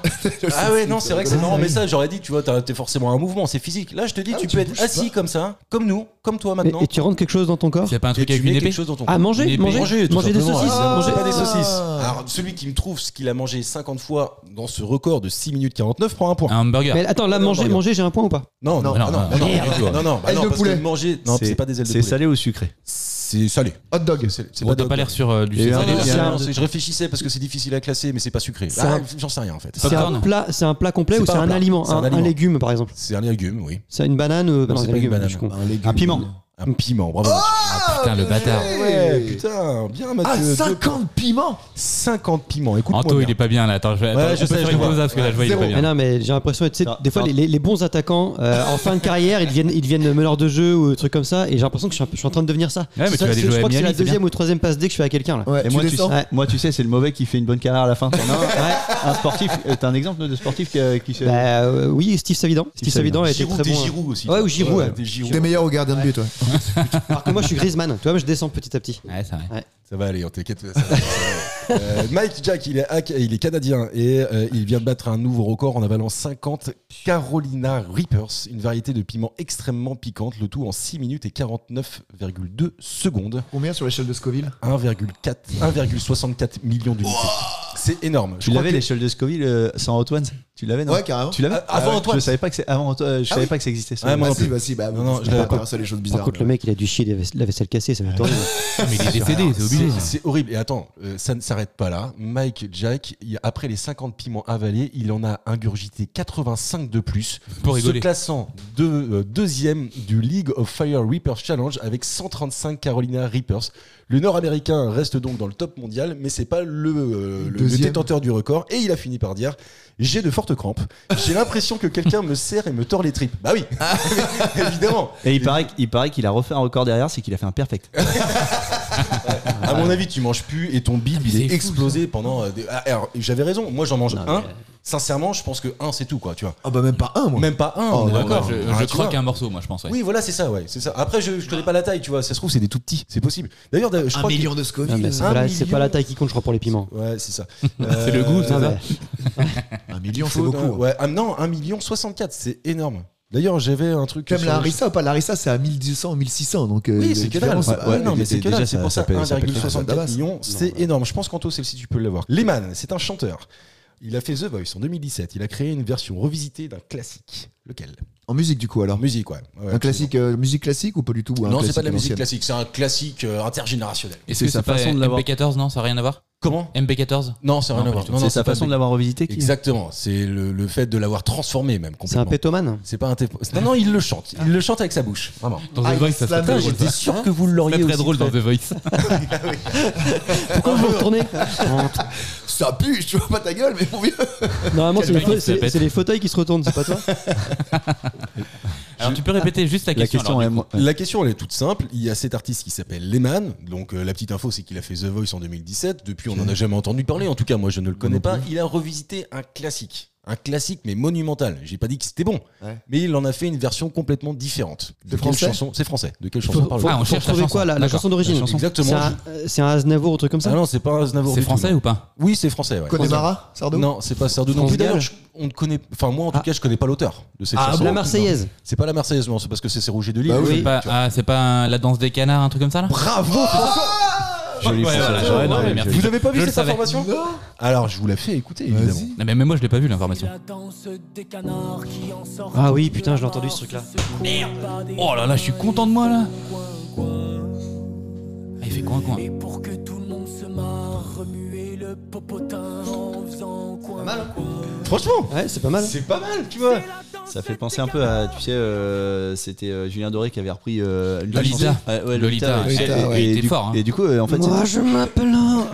Ah ouais, non, c'est vrai que c'est Ah, marrant, oui. mais ça, j'aurais dit, tu vois, t'as- t'es forcément un mouvement, c'est physique. Là, je te dis, Ah, tu tu peux être bouges assis comme ça, comme nous, comme toi Et, maintenant. et tu rentres quelque chose dans ton corps C'est pas un et truc avec tu une mets épée quelque chose dans ton Ah, corps. manger Une épée. Manger Manger, tout Manger des simplement. saucisses hein. Ah, Manger pas des saucisses. Ah. Alors, celui qui me trouve ce qu'il a mangé 50 fois dans ce record de 6 minutes 49 prend un point. Un hamburger. Mais attends, là, Non, manger, non, manger j'ai un point ou pas Non, non, Ah. Non, ah non, non, ah non, merde. pas du tout. non, non, bah Ailes non, de parce poulet. que manger, non, c'est pas des ailes de C'est poulet. salé ou sucré C'est salé. Hot dog. C'est c'est Bon, de t'as hot pas dog. l'air sur euh, du Et sucre un- salé, Non, là. c'est- un- non, c'est- je réfléchissais parce que c'est difficile à classer, mais c'est pas sucré. C'est Ah, un- J'en sais rien en fait. C'est un Popcorn. plat, c'est un plat complet C'est ou pas c'est un un, plat, aliment, c'est un un, un aliment. légume par exemple. C'est un légume, oui. C'est une banane euh, c'est un pas une légume, banane. je suis con. légume. piment. Un piment, bravo. Ah, putain, le bâtard. ouais, putain, bien Ah, Mathieu. Deux- 50 piments 50 piments, écoute-moi. Anto, bien. il est pas bien là. Attends, je vais Ouais, attends, je on peut sais, faire je une vois. pause là, parce que là, je vois, il est Zéro. pas Mais bien. non, mais j'ai l'impression, tu sais, Non, des fois, non. les, les- les bons attaquants, euh, en fin de carrière, ils deviennent, ils deviennent meneurs de jeu ou des trucs comme ça, et j'ai l'impression que je suis, un peu- je suis en train de devenir ça. mais C'est tu ça, vas aller c'est- jouer je à crois que c'est Miami, la c'est deuxième ou troisième passe dès que je suis à quelqu'un là. Ouais, Et tu moi, tu descends. sais, moi, tu sais, c'est le mauvais qui fait une bonne carrière à la fin de son an. Un sportif, euh, t'as un exemple de sportif qui, euh, qui se. Bah euh, oui, Steve Savidan. Steve Savidan a été Giroud, très des bon. hein. Giroud aussi. Ouais, ou Giroud, ouais. Des Giroud. T'es meilleur au gardien de but, toi. Alors que hein. moi, je suis Griezmann. Tu vois, moi, je descends petit à petit. Ouais, c'est vrai. Ça va aller, on t'inquiète. ça va, ça va. Euh, Mike Jack, il est, hack- il est canadien et euh, il vient de battre un nouveau record en avalant 50 Carolina Reapers, une variété de piment extrêmement piquante, le tout en 6 minutes et 49,2 secondes, Combien sur l'échelle de Scoville 1,4 1,64 millions d'unités. C'est énorme. Je Tu crois l'avais que- l'échelle de Scoville euh, sans Antoine Tu l'avais non Ouais, carrément. Tu l'avais Ah, avant ouais, Antoine. Ah Je savais pas que c'est avant Antoine, je savais pas que ça existait. ça. Ouais, moi Bah non si, plus. bah si, bah Non, non, je je l'avais l'avais pas. pas. ça, les choses Par bizarres. contre, le mec, il a dû chier des vaisse- la vaisselle cassée, ça va être horrible. Mais il est décédé, c'est obligé. hein. C'est- C'est horrible. Et attends, euh, ça ne s'arrête pas là. Mike Jack, il- après les 50 piments avalés, il en a ingurgité 85 de plus. Pour se rigoler. classant deux- euh, deuxième du League of Fire Reapers Challenge avec 135 Carolina Reapers. Le Nord-Américain reste donc dans le top mondial, mais c'est pas le, euh, le- le Deuxième. détenteur du record. Et il a fini par dire J'ai de fortes crampes. J'ai l'impression que quelqu'un me serre et me tord les tripes. Bah oui, Ah. évidemment. Et il paraît, qu'- il paraît qu'il a refait un record derrière, c'est qu'il a fait un perfect. À mon avis, tu manges plus et ton bide il Ah, c'est est, fou, explosé pendant. euh, des- Ah, alors, j'avais raison. Moi, j'en mange un. Sincèrement, je pense que un, c'est tout, quoi. Tu vois. Ah bah même pas un, moi. Même pas un. on est euh, Ouais, d'accord. ouais, je- Ah, Je tu vois. crois un morceau, moi, je pense. ouais. Oui, voilà, c'est ça, ouais, c'est ça. Après, je, je connais pas la taille, tu vois. Ça se trouve, c'est des tout petits, c'est possible. D'ailleurs, je Un crois que- million de Non, Scoville. mais c'est pas, Un la- c'est million. pas la taille qui compte, je crois, pour les piments. Ouais, c'est ça. C'est le goût, c'est Non, ça. mais- Un million, c'est Faut- beaucoup. hein. Ouais, ah, non, 1 million 64, c'est énorme. D'ailleurs, j'avais un truc. T'aimes sur- la Harissa ou pas La Harissa, c'est à 1200, 1600. Donc, euh, Oui, la c'est que dalle. différence, Ouais, c'est- ouais, ouais, non, mais mais c'est que déjà, dalle. C'est ça- pour ça ça, peut- ça peut faire 1,64 dabasse. millions, c'est énorme. Je pense qu'Anto, celle-ci, tu peux l'avoir. Lehman, c'est un chanteur. Il a fait The Voice en 2017. Il a créé une version revisitée d'un classique. Lequel En musique, du coup, alors. En musique, ouais. Ouais, Un absolument. classique, euh, musique classique ou pas du tout ou un Non, c'est classique pas de la à musique l'ancienne classique, c'est un classique euh, intergénérationnel. Est-ce C'est que sa c'est pas façon de l'avoir. MB14 Non, ça n'a rien à voir. Comment MB14 Non, c'est rien Non, à pas voir. du tout. Non, non, c'est sa pas façon de l'avoir revisité qui Exactement, c'est le, le fait de l'avoir transformé même C'est un complètement. pétomane. C'est pas un tépo- Non, non, il le chante. Il le chante avec sa bouche, vraiment. Dans Ah, The Voice, ça Islam, serait très Putain, drôle. J'étais ça. sûr que vous l'auriez Très très aussi drôle dans fait. The Voice. Pourquoi vous retournez Ça pue, je vois pas ta gueule, mais mon vieux. Normalement, c'est les, mec qui fa- se c'est- la pète. c'est les fauteuils qui se retournent, c'est pas toi Alors tu peux répéter juste la La question. question alors, est. du coup. moi- La question, elle est toute simple. Il y a cet artiste qui s'appelle Lehman. Donc, euh, la petite info, c'est qu'il a fait The Voice en 2017. Depuis, on n'en a jamais entendu parler. En tout cas, moi, je ne le connais pas. Il a revisité un classique. Un classique, mais monumental. J'ai pas dit que c'était bon. Ouais. Mais il en a fait une version complètement différente. De C'est quelle français chanson C'est français. De quelle Faut- chanson faut- parle faut Ah, on cherche la retrouver chanson. quoi, la- la D'accord. chanson d'origine La chanson. C'est Exactement. un, euh, c'est un Aznavour ou truc comme ça Ah non, c'est pas Aznavour. C'est du tout, français non. ou pas Oui, c'est français. ouais. Connemara Sardo Non, c'est pas Sardou non France plus. D'ailleurs, Gall. je- on ne connaît. Enfin, moi, en tout Ah. cas, je connais pas l'auteur de cette Ah chanson. bon La Marseillaise. C'est pas la Marseillaise, non, c'est parce que c'est Rouget de Lille. Bah oui. C'est pas- Ah, c'est pas un- la danse des canards, un truc comme ça là Bravo, François Joli Bah, Ouais, François voilà, Lajoie, ouais, non, ouais, mais merci. joli. Vous avez pas vu Je le cette savais. information Alors, je vous la fais écouter, évidemment. Vas-y. Non, mais même moi je l'ai pas vu l'information. La danse des canards qui en sortent Ah oui, putain, je l'ai entendu, ce truc-là. Merde Oh là là, je suis content de moi là Ah, Il fait coin coin. Et pour que tout le monde se marre, remuer le popotin en faisant coin. Franchement, Ouais, c'est pas mal. c'est pas mal, tu vois. Ça fait penser un peu à, tu sais, euh, c'était euh, Julien Doré qui avait repris euh, la Lolita. chanson. Ah, ouais, Lolita, Lolita. Et- Lolita, et- ouais. et Il était du- fort, hein. Et du coup, euh, en fait, Moi, je m'appelle un-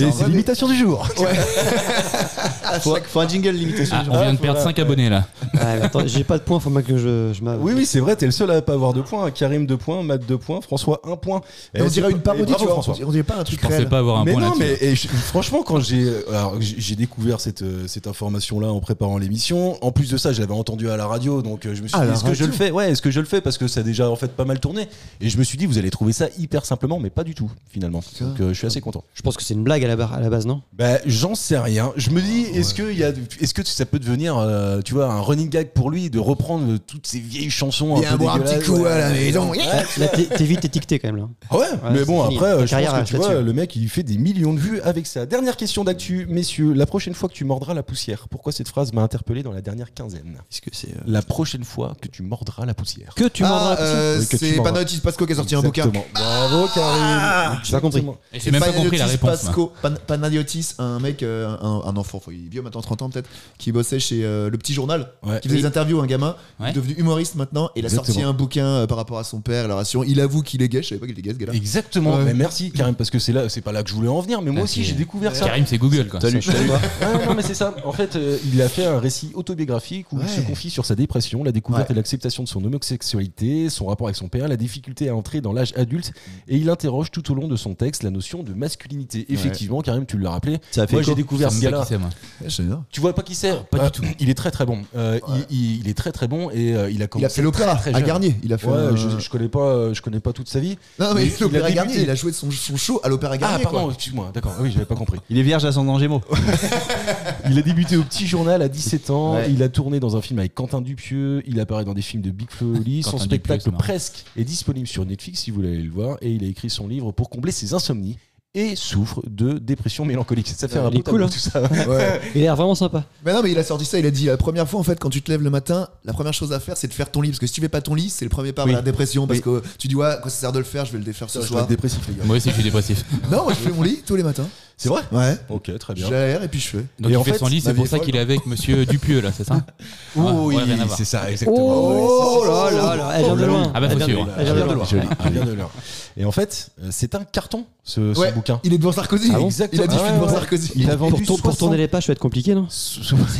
Et c'est l'imitation du jour. c'est- faut, faut un jingle limitation. Ah, on vient de perdre 5 abonnés là. Ouais, mais attends, j'ai pas de points, faut mal que je, je m'avoue. Oui, oui, c'est vrai, t'es le seul à pas avoir de points. Karim, deux points. Matt, deux points. François, un point. Et Eh, On c'est- dirait une eh, parodie, bravo, tu vois. François. On dirait pas un truc Je pensais réel. pas avoir un mais point non, mais là-dessus. et je- euh, franchement, quand j'ai alors, j'ai j'ai découvert cette, euh, cette information-là en préparant l'émission, en plus de ça, je l'avais j'avais entendu à la radio, donc euh, je me suis À dit, Ah, la est-ce que je radio le fais Ouais, est-ce que je le fais Parce que ça a déjà en fait pas mal tourné. Et je me suis dit, vous allez trouver ça hyper simplement, mais pas du tout, finalement. Donc euh, je suis assez content. Je pense que c'est une blague à la, bar- à la base, non Bah, j'en sais rien. Je me dis, est-ce que, il y a, est-ce que ça peut devenir, euh, tu vois, un running gag pour lui de reprendre euh, toutes ces vieilles chansons un Viens peu euh, boire un dégueulasses, petit coup ouais. à la maison. Ouais. Là, t'es t'es vite étiqueté quand même, là. Ah ouais, mais c'est bon, fini. après, Ta euh, je carrière pense que reste tu vois, là-dessus. le mec, il fait des millions de vues avec ça. Dernière question d'actu, messieurs. La prochaine fois que tu mordras la poussière, pourquoi cette phrase m'a interpellé dans la dernière quinzaine Est-ce que c'est. euh, La prochaine fois que tu mordras la poussière. Que tu m'en Ah, euh, Oui, que tu c'est m'en pas vas. Notice Pasco qui a sorti un bouquin. Exactement. Bravo, Karim. J'ai pas compris. Exactement. Et j'ai même pas compris la Panayotis réponse. moi. Pasco, Pan- Panayotis, un mec, euh, un, un enfant, faut- il est vieux maintenant, 30 ans peut-être, qui bossait chez euh, Le Petit Journal, Ouais. qui faisait des interviews, un gamin, Ouais. il est devenu humoriste maintenant, et il a sorti Exactement. un bouquin euh, par rapport à son père, la ration. Il avoue qu'il est gay, je savais pas qu'il était gay ce gars-là. Exactement. Ouais. Mais merci, Karim, parce que c'est là, c'est pas là que je voulais en venir, mais moi Ah, aussi, c'est- j'ai découvert ça. Karim, c'est Google quoi. Ça, je sais pas. Ouais, non, mais c'est ça. En fait, euh, il a fait un récit autobiographique où il se confie sur sa dépression, la découverte Ouais. et l'acceptation de son homosexualité, son rapport avec son père, la difficulté à entrer dans l'âge adulte, Mm. et il interroge tout au long de son texte la notion de masculinité. Effectivement, Karim, tu l'as rappelé. Ça a fait Moi, écho. j'ai découvert ce C'est ça gars-là. qui c'est, moi. Ouais, Eh, je sais pas. Tu vois pas qui c'est Pas du tout. Il est très très bon. Euh, il, il- il est très très bon et euh, il a Il a commencé fait l'opéra très à jeune. Garnier. Il a fait. Ouais, euh, je, je connais pas, euh, je connais pas toute sa vie. Non, mais, mais il l'opéra a Garnier, débuté. il a joué son, son show à l'opéra Garnier. ah pardon, quoi. excuse-moi. D'accord. Ah Oui, j'avais pas compris. Il est vierge à son Gémeaux. Il a débuté au petit journal à 17 ans. Ouais. Il a tourné dans un film avec Quentin Dupieux. Il apparaît dans des films de Big Flo et Oli. Son Quentin spectacle Dupieux, c'est marrant. presque est disponible sur Netflix si vous voulez aller le voir. Et il a écrit son livre pour combler ses insomnies et souffre de dépression mélancolique. Ça fait Ouais, un il est beau cool, tableau, hein. tout ça. Ouais. Il a l'air vraiment sympa. Mais non, mais il a sorti ça, il a dit la première fois en fait, quand tu te lèves le matin, la première chose à faire c'est de faire ton lit. Parce que si tu fais pas ton lit, c'est le premier pas Oui. vers la dépression. Parce Oui. que tu dis, ouais, à quoi ça sert de le faire, je vais le défaire ce Je dois soir. être dépressif, les gars. Moi aussi, je suis dépressif. Non, moi je fais mon lit tous les matins. C'est vrai Ouais. Ok, très J'ai bien. l'air et puis je fais. Donc Et en il fait fait, son lit, ma c'est vie pour est ça folle, qu'il est avec monsieur Dupieux là, c'est ça Oui, Ouais, rien à voir. c'est ça, exactement. Oh là là là, elle vient de loin. Ah bah, faut Elle vient de suivre. loin. Elle Elle vient de vient de loin. Loire. Elle vient de Loire. Et en fait, euh, c'est un carton, ce, ce Ouais, bouquin. Il est devant Sarkozy. Ah bon il a dit je suis Exactement. devant Ouais, ouais. Sarkozy. Il a Pour, vendu tour- pour 60 tourner les pages, ça va être compliqué, non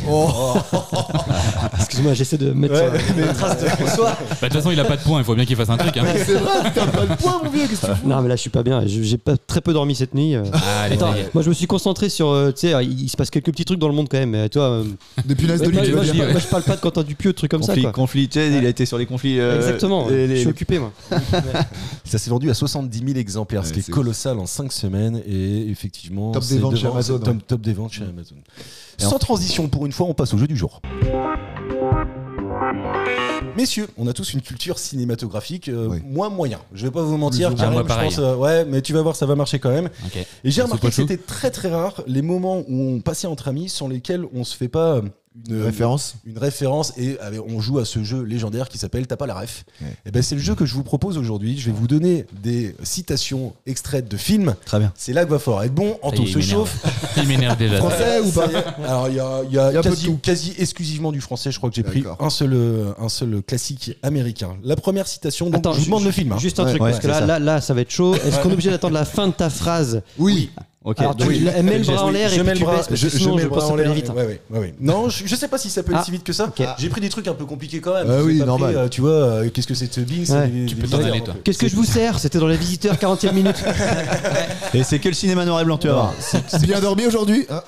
Oh. Excuse-moi, j'essaie de mettre ça. euh, Bah, De toute façon, il a pas de points, il faut bien qu'il fasse un truc. hein. C'est vrai, t'as pas le point, mon vieux. qu'est-ce que tu fous Non, mais là, je suis pas bien. Je- J'ai pas très peu dormi cette nuit. euh. Allez, Attends, ça y est. moi, je me suis concentré sur. euh, tu sais, euh, il il se passe quelques petits trucs dans le monde quand même. mais Toi, euh, Depuis l'as de moi, lit, tu moi, vas je, bien. moi, je parle pas de Quentin Dupieux, de trucs comme conflit, ça. Quoi. conflit, tu sais, il a été sur les conflits. euh, Exactement. les- je les- suis occupé, moi. Ça s'est vendu à 70 000 exemplaires, ce Ouais, qui est c'est colossal en 5 semaines. Et effectivement, Top des c'est ventes chez devant- Amazon, c'est Top, ouais. top des ventes chez Amazon. Sans transition, pour une fois, on passe au jeu du jour. Messieurs, on a tous une culture cinématographique, euh, Oui. moi moyen. Je vais pas vous mentir, ou moins. Ah, Karim, moi, je pareil. pense, euh, ouais, mais tu vas voir, ça va marcher quand même. Ok. Et j'ai Un remarqué que sopachou. c'était très très rare les moments où on passait entre amis sans lesquels on se fait pas euh, une Référence. une référence et euh, on joue à ce jeu légendaire qui s'appelle T'as pas la ref. Et ben c'est le jeu que je vous propose aujourd'hui. Je vais vous donner des citations extraites de films. Très bien. C'est là que va falloir être Ça y bon. est, Anto il se m'énerve. chauffe. Il m'énerve déjà. Français ou pas Ça y est. Alors il y a, il y a Il y a un peu de quasi, tout. quasi exclusivement du français. Je crois que j'ai pris D'accord. un seul euh, un seul classique américain. La première citation. Donc Attends, je vous demande le film. hein. Juste un Ouais, truc, ouais, parce que c'est là, ça. là, là, ça va être chaud. Est-ce qu'on est obligé d'attendre la fin de ta phrase Oui. Ok. Alors, tu donc- la- mets le bras en l'air Je et mets puis le tu bras- baisses, parce je- que je sinon, mets je le pense bras que ça en peut aller l'air. vite. hein. Ouais, ouais, ouais, ouais. Non, je, je sais pas si ça peut aller Ah. si vite que ça. Ok. J'ai pris des trucs un peu compliqués quand même. Ah J'ai oui, pas pris, normal. euh, tu vois, euh, qu'est-ce que c'est que ce bing c'est Ouais. des- Tu des peux t'en bizarres, aller, un toi. peu. Qu'est-ce que je vous sers C'était dans les visiteurs, 40e minute. Et c'est que le cinéma noir et blanc, tu vas voir. Bien dormi aujourd'hui Ah,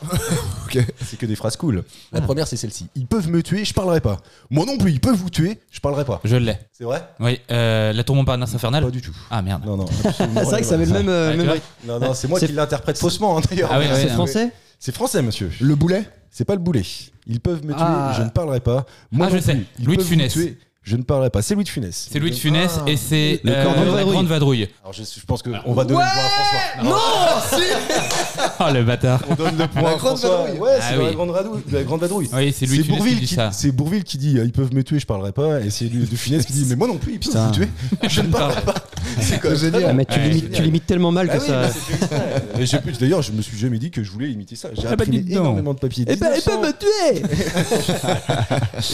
C'est que des phrases cool. La première, c'est celle-ci. Ils peuvent me tuer, je parlerai pas. Moi non plus, ils peuvent vous tuer, je parlerai pas. Je l'ai. C'est vrai Oui, euh, la tour Montparnasse infernale. du tout. Ah merde. Non, non. C'est absolument vrai que ça rien. avait le même. euh, Ah, tu même- vois Non, non, c'est moi C'est- qui l'interprète faussement, hein, d'ailleurs. Ah oui, C'est ouais, français C'est français, monsieur. Le boulet C'est pas le boulet. Ils peuvent me tuer, Ah. je ne parlerai pas. Moi Ah, je non plus, sais. ils Louis de peuvent vous Funès. tuer, Ah. Je ne parlerai pas. C'est Louis de Funès. C'est Louis de Funès et c'est euh, Le cordon la vadrouille. grande vadrouille. Alors, je, je pense Bah, qu'on va donner le point à François. Oh le bâtard. On donne Ah, le point La à grande François. vadrouille. Ouais, c'est Ah dans la oui. grande vadrouille. La grande vadrouille. Oui, c'est Louis de Funès qui Bourvil dit ça. c'est Bourvil qui dit euh, ils peuvent me tuer, je parlerai pas. Et c'est Louis de Funès qui dit mais moi non plus, ils peuvent Putain. me tuer, je ne parlerai pas. C'est quand même très Génial. bon. Ah, mais tu Ouais, limites- tu limites tellement mal Bah que oui, ça. bah, c'est fait exprès. Et j'ai plus- D'ailleurs, je me suis jamais dit que je voulais imiter ça. J'ai Ah bah, imprimé dites donc. énormément de papier. Eh ben, eh ben, me tuer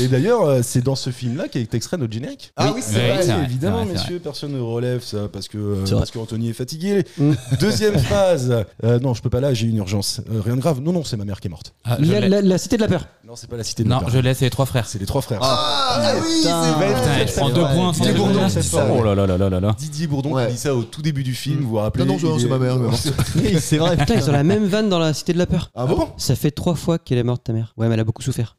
Et d'ailleurs, euh, c'est dans ce film-là qu'est extrait notre générique. Ah oui, Oui, c'est vrai. c'est vrai, évidemment, c'est vrai, c'est messieurs, personne ne relève ça parce que C'est euh, vrai. parce qu'Anthony est fatigué. Mm. Deuxième phrase. Euh, non, je peux pas là, j'ai une urgence. Euh, rien de grave. Non, non, c'est ma mère qui est morte. Ah, je La- l'ai. La la cité de la peur. Non, c'est pas la cité de la Non, peur. je l'ai, c'est les trois frères. C'est les trois frères. Ah ah oui, c'est Putain. vrai. Putain, je prends c'est deux vrai. points. sans Didier te le Bourdon dire. qui dit ça, ouais. Oh là là là là là là. Didier Bourdon Ouais. Mm. qui dit ça au tout début du film, vous vous rappelez Non, non, il non, c'est est- ma mère. mais bon. c'est vrai. Putain, ils ont la même vanne dans la cité de la peur. Ah bon Ça fait trois fois qu'elle est morte, ta mère. Ouais, mais elle a beaucoup souffert.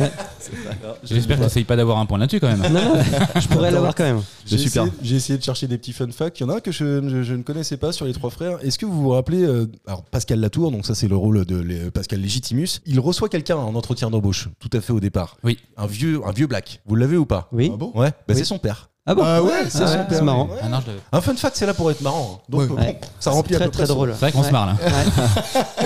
Ah, J'espère que t'essayes pas d'avoir un point là-dessus quand même. Non, non, je pourrais l'avoir quand même. J'ai super. essayé, j'ai essayé de chercher des petits fun facts. Il y en a un que je, je- je ne connaissais pas sur les trois frères. Est-ce que vous vous rappelez, euh, alors Pascal Latour, donc ça c'est le rôle de les- Pascal Légitimus, il reçoit quelqu'un en entretien d'embauche, tout à fait au départ. Oui. Un vieux, un vieux black. Vous l'avez ou pas Oui. Ah bon Ouais, bah Oui. c'est son père. Ah bon Ah ouais, Ah ouais, C'est marrant. Ah non, je l'avais. Un fun fact, c'est là pour être marrant. hein. Donc Ouais. euh, bon, Ouais. ça remplit à Très peu très près son- drôle. C'est vrai qu'on se marre là.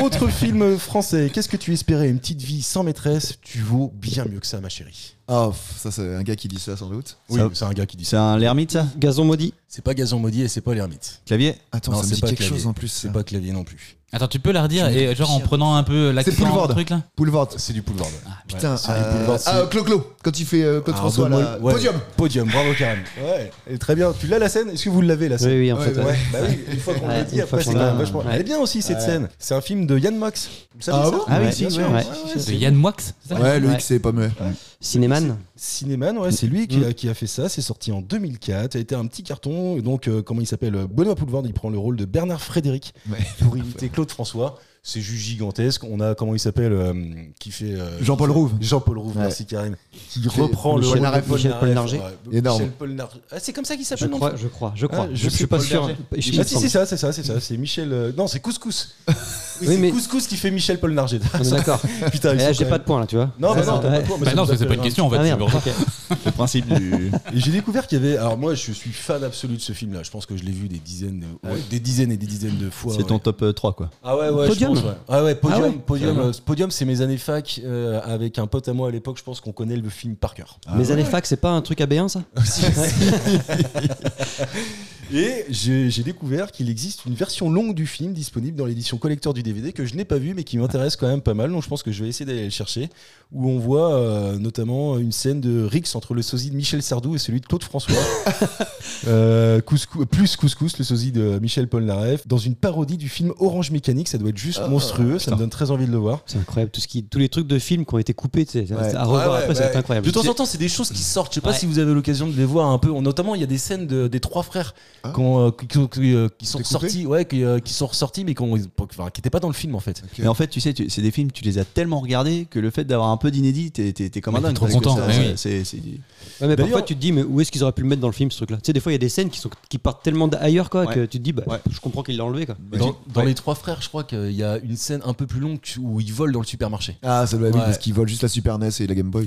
Autre film français. Qu'est-ce que tu espérais Une petite vie sans maîtresse Tu vaux bien mieux que ça, ma chérie. Ah, pff, ça, c'est un gars qui dit ça sans doute. Oui, Ça- c'est un gars qui dit ça. Oh, C'est un l'ermite, ça Gazon maudit. C'est pas Gazon Maudit et c'est pas l'ermite. Clavier Attends, Non, ça me c'est dit pas quelque clavier. chose en plus. ça. C'est pas clavier non plus. Attends, tu peux la redire et genre en prenant un peu l'accent Boulevard. du truc là Boulevard. C'est du boulevard. Putain, c'est du euh, boulevard, c'est- ah, Clo-Clo, quand il fait euh, Claude Ah, François, Rodemol- là. ouais. Podium Podium, bravo Karen. Ouais, et très bien. Tu l'as la scène Est-ce que vous l'avez la Oui, scène oui, en Ouais, fait. ouais. ouais. Bah oui, une fois qu'on Ouais, l'a dit, une après fois c'est qu'on quand l'a- même vachement. ouais. Elle est bien aussi cette scène. C'est un film de Yann Mox. Vous savez Ah ça bon Ah oui, Ouais, si, bien ouais, sûr. ouais. De Yann Moix c'est ça Ouais, le Ouais. X, c'est pas mal. Cinéman. Cinéman, ouais, c'est lui qui a, qui a fait ça. C'est sorti en 2004. Ça a été un petit carton. Et donc, euh, comment il s'appelle Benoît Poulvord, il prend le rôle de Bernard Frédéric Ouais. pour imiter Claude François. C'est juste gigantesque. On a, comment il s'appelle euh, Qui fait. euh, Jean-Paul qui fait- Rouve. Jean-Paul Rouve, Ouais. merci Karim. Qui fait reprend le rôle Michel de Polnareff. Michel Polnareff, Polnareff. ouais. Énorme. Michel Polnareff. Ah, c'est comme ça qu'il Je s'appelle non crois, je crois, je crois. Ah, je, je suis sais pas pas sûr. le Je suis Ah pas si, c'est ça, c'est ça, c'est ça, c'est Michel. euh, Non, c'est Couscous. Oui, Oui, c'est mais- Couscous qui fait Michel Polnareff. D'accord. Putain, Et ils là, sont j'ai quand pas même- de point là, tu vois. Non, mais Ouais, non, ouais. t'as pas de point, mais Bah ça non, vous parce que c'est pas une appellera. question en fait. Ah c'est merde. pour ça. ok. Le principe du. Et j'ai découvert qu'il y avait. Alors moi, je suis fan absolu de ce film-là. Je pense que je l'ai vu des dizaines, Ah de- ouais, des dizaines et des dizaines de fois. C'est ton ouais. top euh, 3, quoi. Ah ouais, ouais, Podium je pense, ouais. Ah ouais, podium, Ah ouais. podium, euh, podium, c'est mes années fac euh, avec un pote à moi à l'époque. Je pense qu'on connaît le film par cœur. Mes années fac, c'est pas un truc AB1 ça Et j'ai j'ai découvert qu'il existe une version longue du film disponible dans l'édition collector du DVD que je n'ai pas vue mais qui m'intéresse quand même pas mal. Donc je pense que je vais essayer d'aller le chercher. Où on voit euh, notamment une scène de Rix entre le sosie de Michel Sardou et celui de Claude François. Euh, couscous, plus couscous, le sosie de Michel Polnareff, dans une parodie du film Orange Mécanique. Ça doit être juste monstrueux. Ça me donne très envie de le voir. C'est incroyable, tout ce qui, tous les trucs de films qui ont été coupés, tu sais, c'est- Ouais. à revoir Ouais, ouais, après, ça va bah, être incroyable. De temps en temps, c'est des choses qui sortent. Je sais pas si vous avez l'occasion de les voir un peu. Notamment, il y a des scènes de- des trois frères Ah. qui ont, euh, qui, qui- qui, euh, qui sont Découpé sortis, ouais, qui, euh, qui sont ressortis, mais qui n'étaient pas dans le film en fait. Mais en fait, tu sais, tu- c'est des films, tu les as tellement regardés que le fait d'avoir un peu d'inédit, t'es t'es- t'es comme un Mais t'es dingue. trop parce que content, ça- Ah mais ça- oui. c'est- c'est- Ouais, mais D'ailleurs- parfois tu te dis, mais où est-ce qu'ils auraient pu le mettre dans le film ce truc-là Tu sais, des fois il y a des scènes qui, sont, qui partent tellement d'ailleurs quoi, Ouais. que tu te dis, bah, Ouais. je comprends qu'il l'a enlevé quoi. Dans, dans les trois frères, je crois qu'il y a une scène un peu plus longue où ils volent dans le supermarché. Ah, ça doit être Ouais. parce qu'il vole juste la Super NES et la Game Boy.